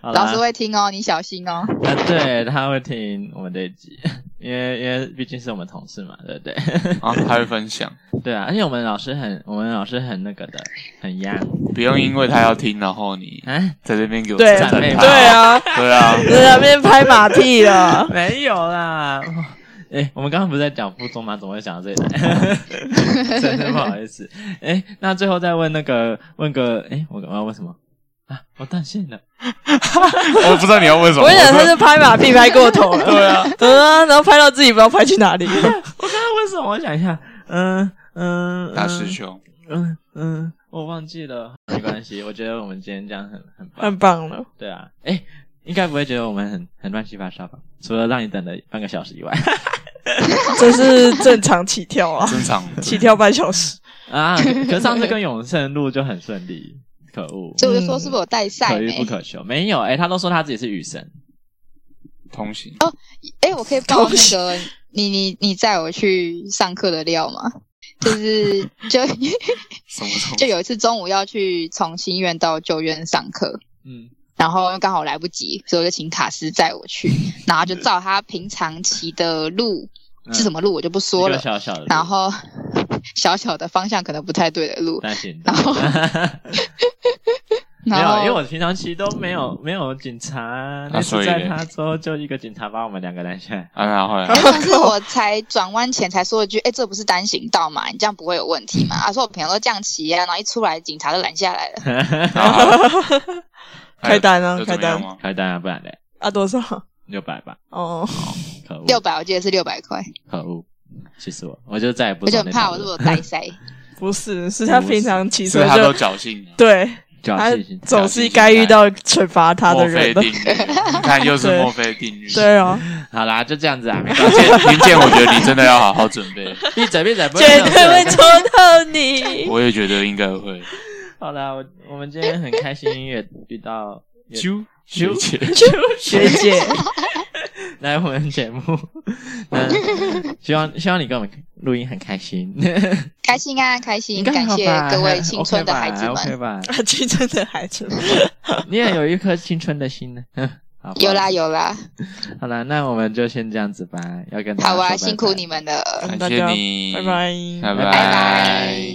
A: 好啦
B: 老师会听哦，你小心哦。
A: 啊，对，他会听我们这一集， 因为因为毕竟是我们同事嘛，对不 对？
D: 啊，他会分享，
A: 对啊，而且我们老师很我们老师很那个的，很 young
D: 不用因为他要听，然后你
A: 啊，
D: 在这边给我
C: 嗯对
D: 赞叹他
C: 对，啊，
D: 对啊，
C: 在那边拍马屁啊了。
A: 没有啦。哎、我们刚刚不是在讲附中吗？怎么会想到这里来？ 真的不好意思。哎、那最后再问那个，问个，哎、我我要问什么啊？我断线了。
D: 我不知道你要问什么，
C: 我跟你讲，他
D: 我
C: 是拍马屁拍过头了。
D: 对啊，
C: 嗯啊，然后拍到自己不知道拍去 哪里了。
A: 我刚刚问什么？我想一下，嗯嗯，嗯
D: 大师，兄，
A: 嗯嗯，我忘记了，没关系。我觉得我们今天这样很很棒
C: 太。棒了，
A: 对啊，哎、应该不会觉得我们很很乱七八糟吧？除了让你等了半个小时以外，
C: 这是正常起跳啊，
D: 正常，
C: 起跳半小时。
A: 啊！可是上次跟永胜录就很顺利，可恶，
B: 所以我就说是不是有带赛
A: 可遇
B: 没
A: 不？可求。没有，哎、他都说他自己是雨神，
D: 同行。
C: 哦
B: 哎、我可以报那个 你你你载我去上课的料吗？就是就
D: 什么东
B: 就
D: 西？
B: 有一次中午要去从新院到旧院上课，
A: 嗯，
B: 然后刚好来不及，所以我就请卡斯载我去，
A: 嗯
B: 然后就照他平常骑的路是什
A: 么
B: 么路我就不说了，
A: 嗯小小的路，
B: 然后小小的方向可能不太对的路，
A: 担心的
B: 然。后
A: 嗯没
B: 然
A: 有，
B: 后
A: 因为我平常骑都没有没有警察啊，那
D: 所
A: 次
D: 以
A: 在
D: 嘞
A: 他之后就一个警察把我们两个拦下来。
D: 啊，然后来
C: 哦
B: 哎上次我才转弯前才说一句，哎、这不是单行道嘛，你这样不会有问题嘛？啊，说我平常都这样骑啊，然后一出来警察就拦下来
A: 嗯
B: 了。
D: 然后
C: 开单啊
D: 有
C: 开
D: 怎么
C: 单
D: 样吗？
A: 开单啊，不然嘞，
C: 啊，多少？
A: 六百吧，
C: 哦，
A: 可恶，
B: 六百，我记得是六百块，
A: 可恶，气死我！我就再也不
B: 我就
A: 走那
B: 很怕
A: 条
B: 我是
A: 路
B: 不
A: 了。
B: 是有 带塞。
C: 不是，是他平常骑
D: 所
C: 车
D: 以他都
C: 就
D: 侥幸了。
C: 对他
A: 侥幸心态
C: 总是该遇到惩罚他的
D: 墨菲
C: 人的
D: 定。律，你看又是墨菲定律。
C: 对啊，
A: 好啦，就这样子啊， 没关
D: 林健，林健，我觉得你真的要好好准备。
A: 系，闭嘴闭嘴，不
C: 绝
A: 要这样
C: 对会
A: 子啊
C: 戳到你。
D: 我也觉得应该会。
A: 好啦，我我们今天很开心遇遇到
D: 啾
A: 啾
D: 学姐，
C: 学姐， 啊
A: 来我们节目， 那 希望希望你跟我们录音很开心，
B: 开心啊，开心！
A: 应该
B: 感
A: 好
B: 谢
A: 吧
B: 各位青春的孩子
A: o
B: 们
A: k 吧？OK 吧
C: 青春的孩子，
A: 你也有一颗青春的心呢。 好吧
B: 有啦，有啦，
A: 好啦，那我们就先这样子吧，要跟大家
B: 好
A: 说拜
B: 啊，
A: 拜
B: 辛苦你们了。
D: 感
C: 嗯大
D: 谢
C: 家
D: 你，
C: 拜拜。
D: 拜
A: 拜
B: 拜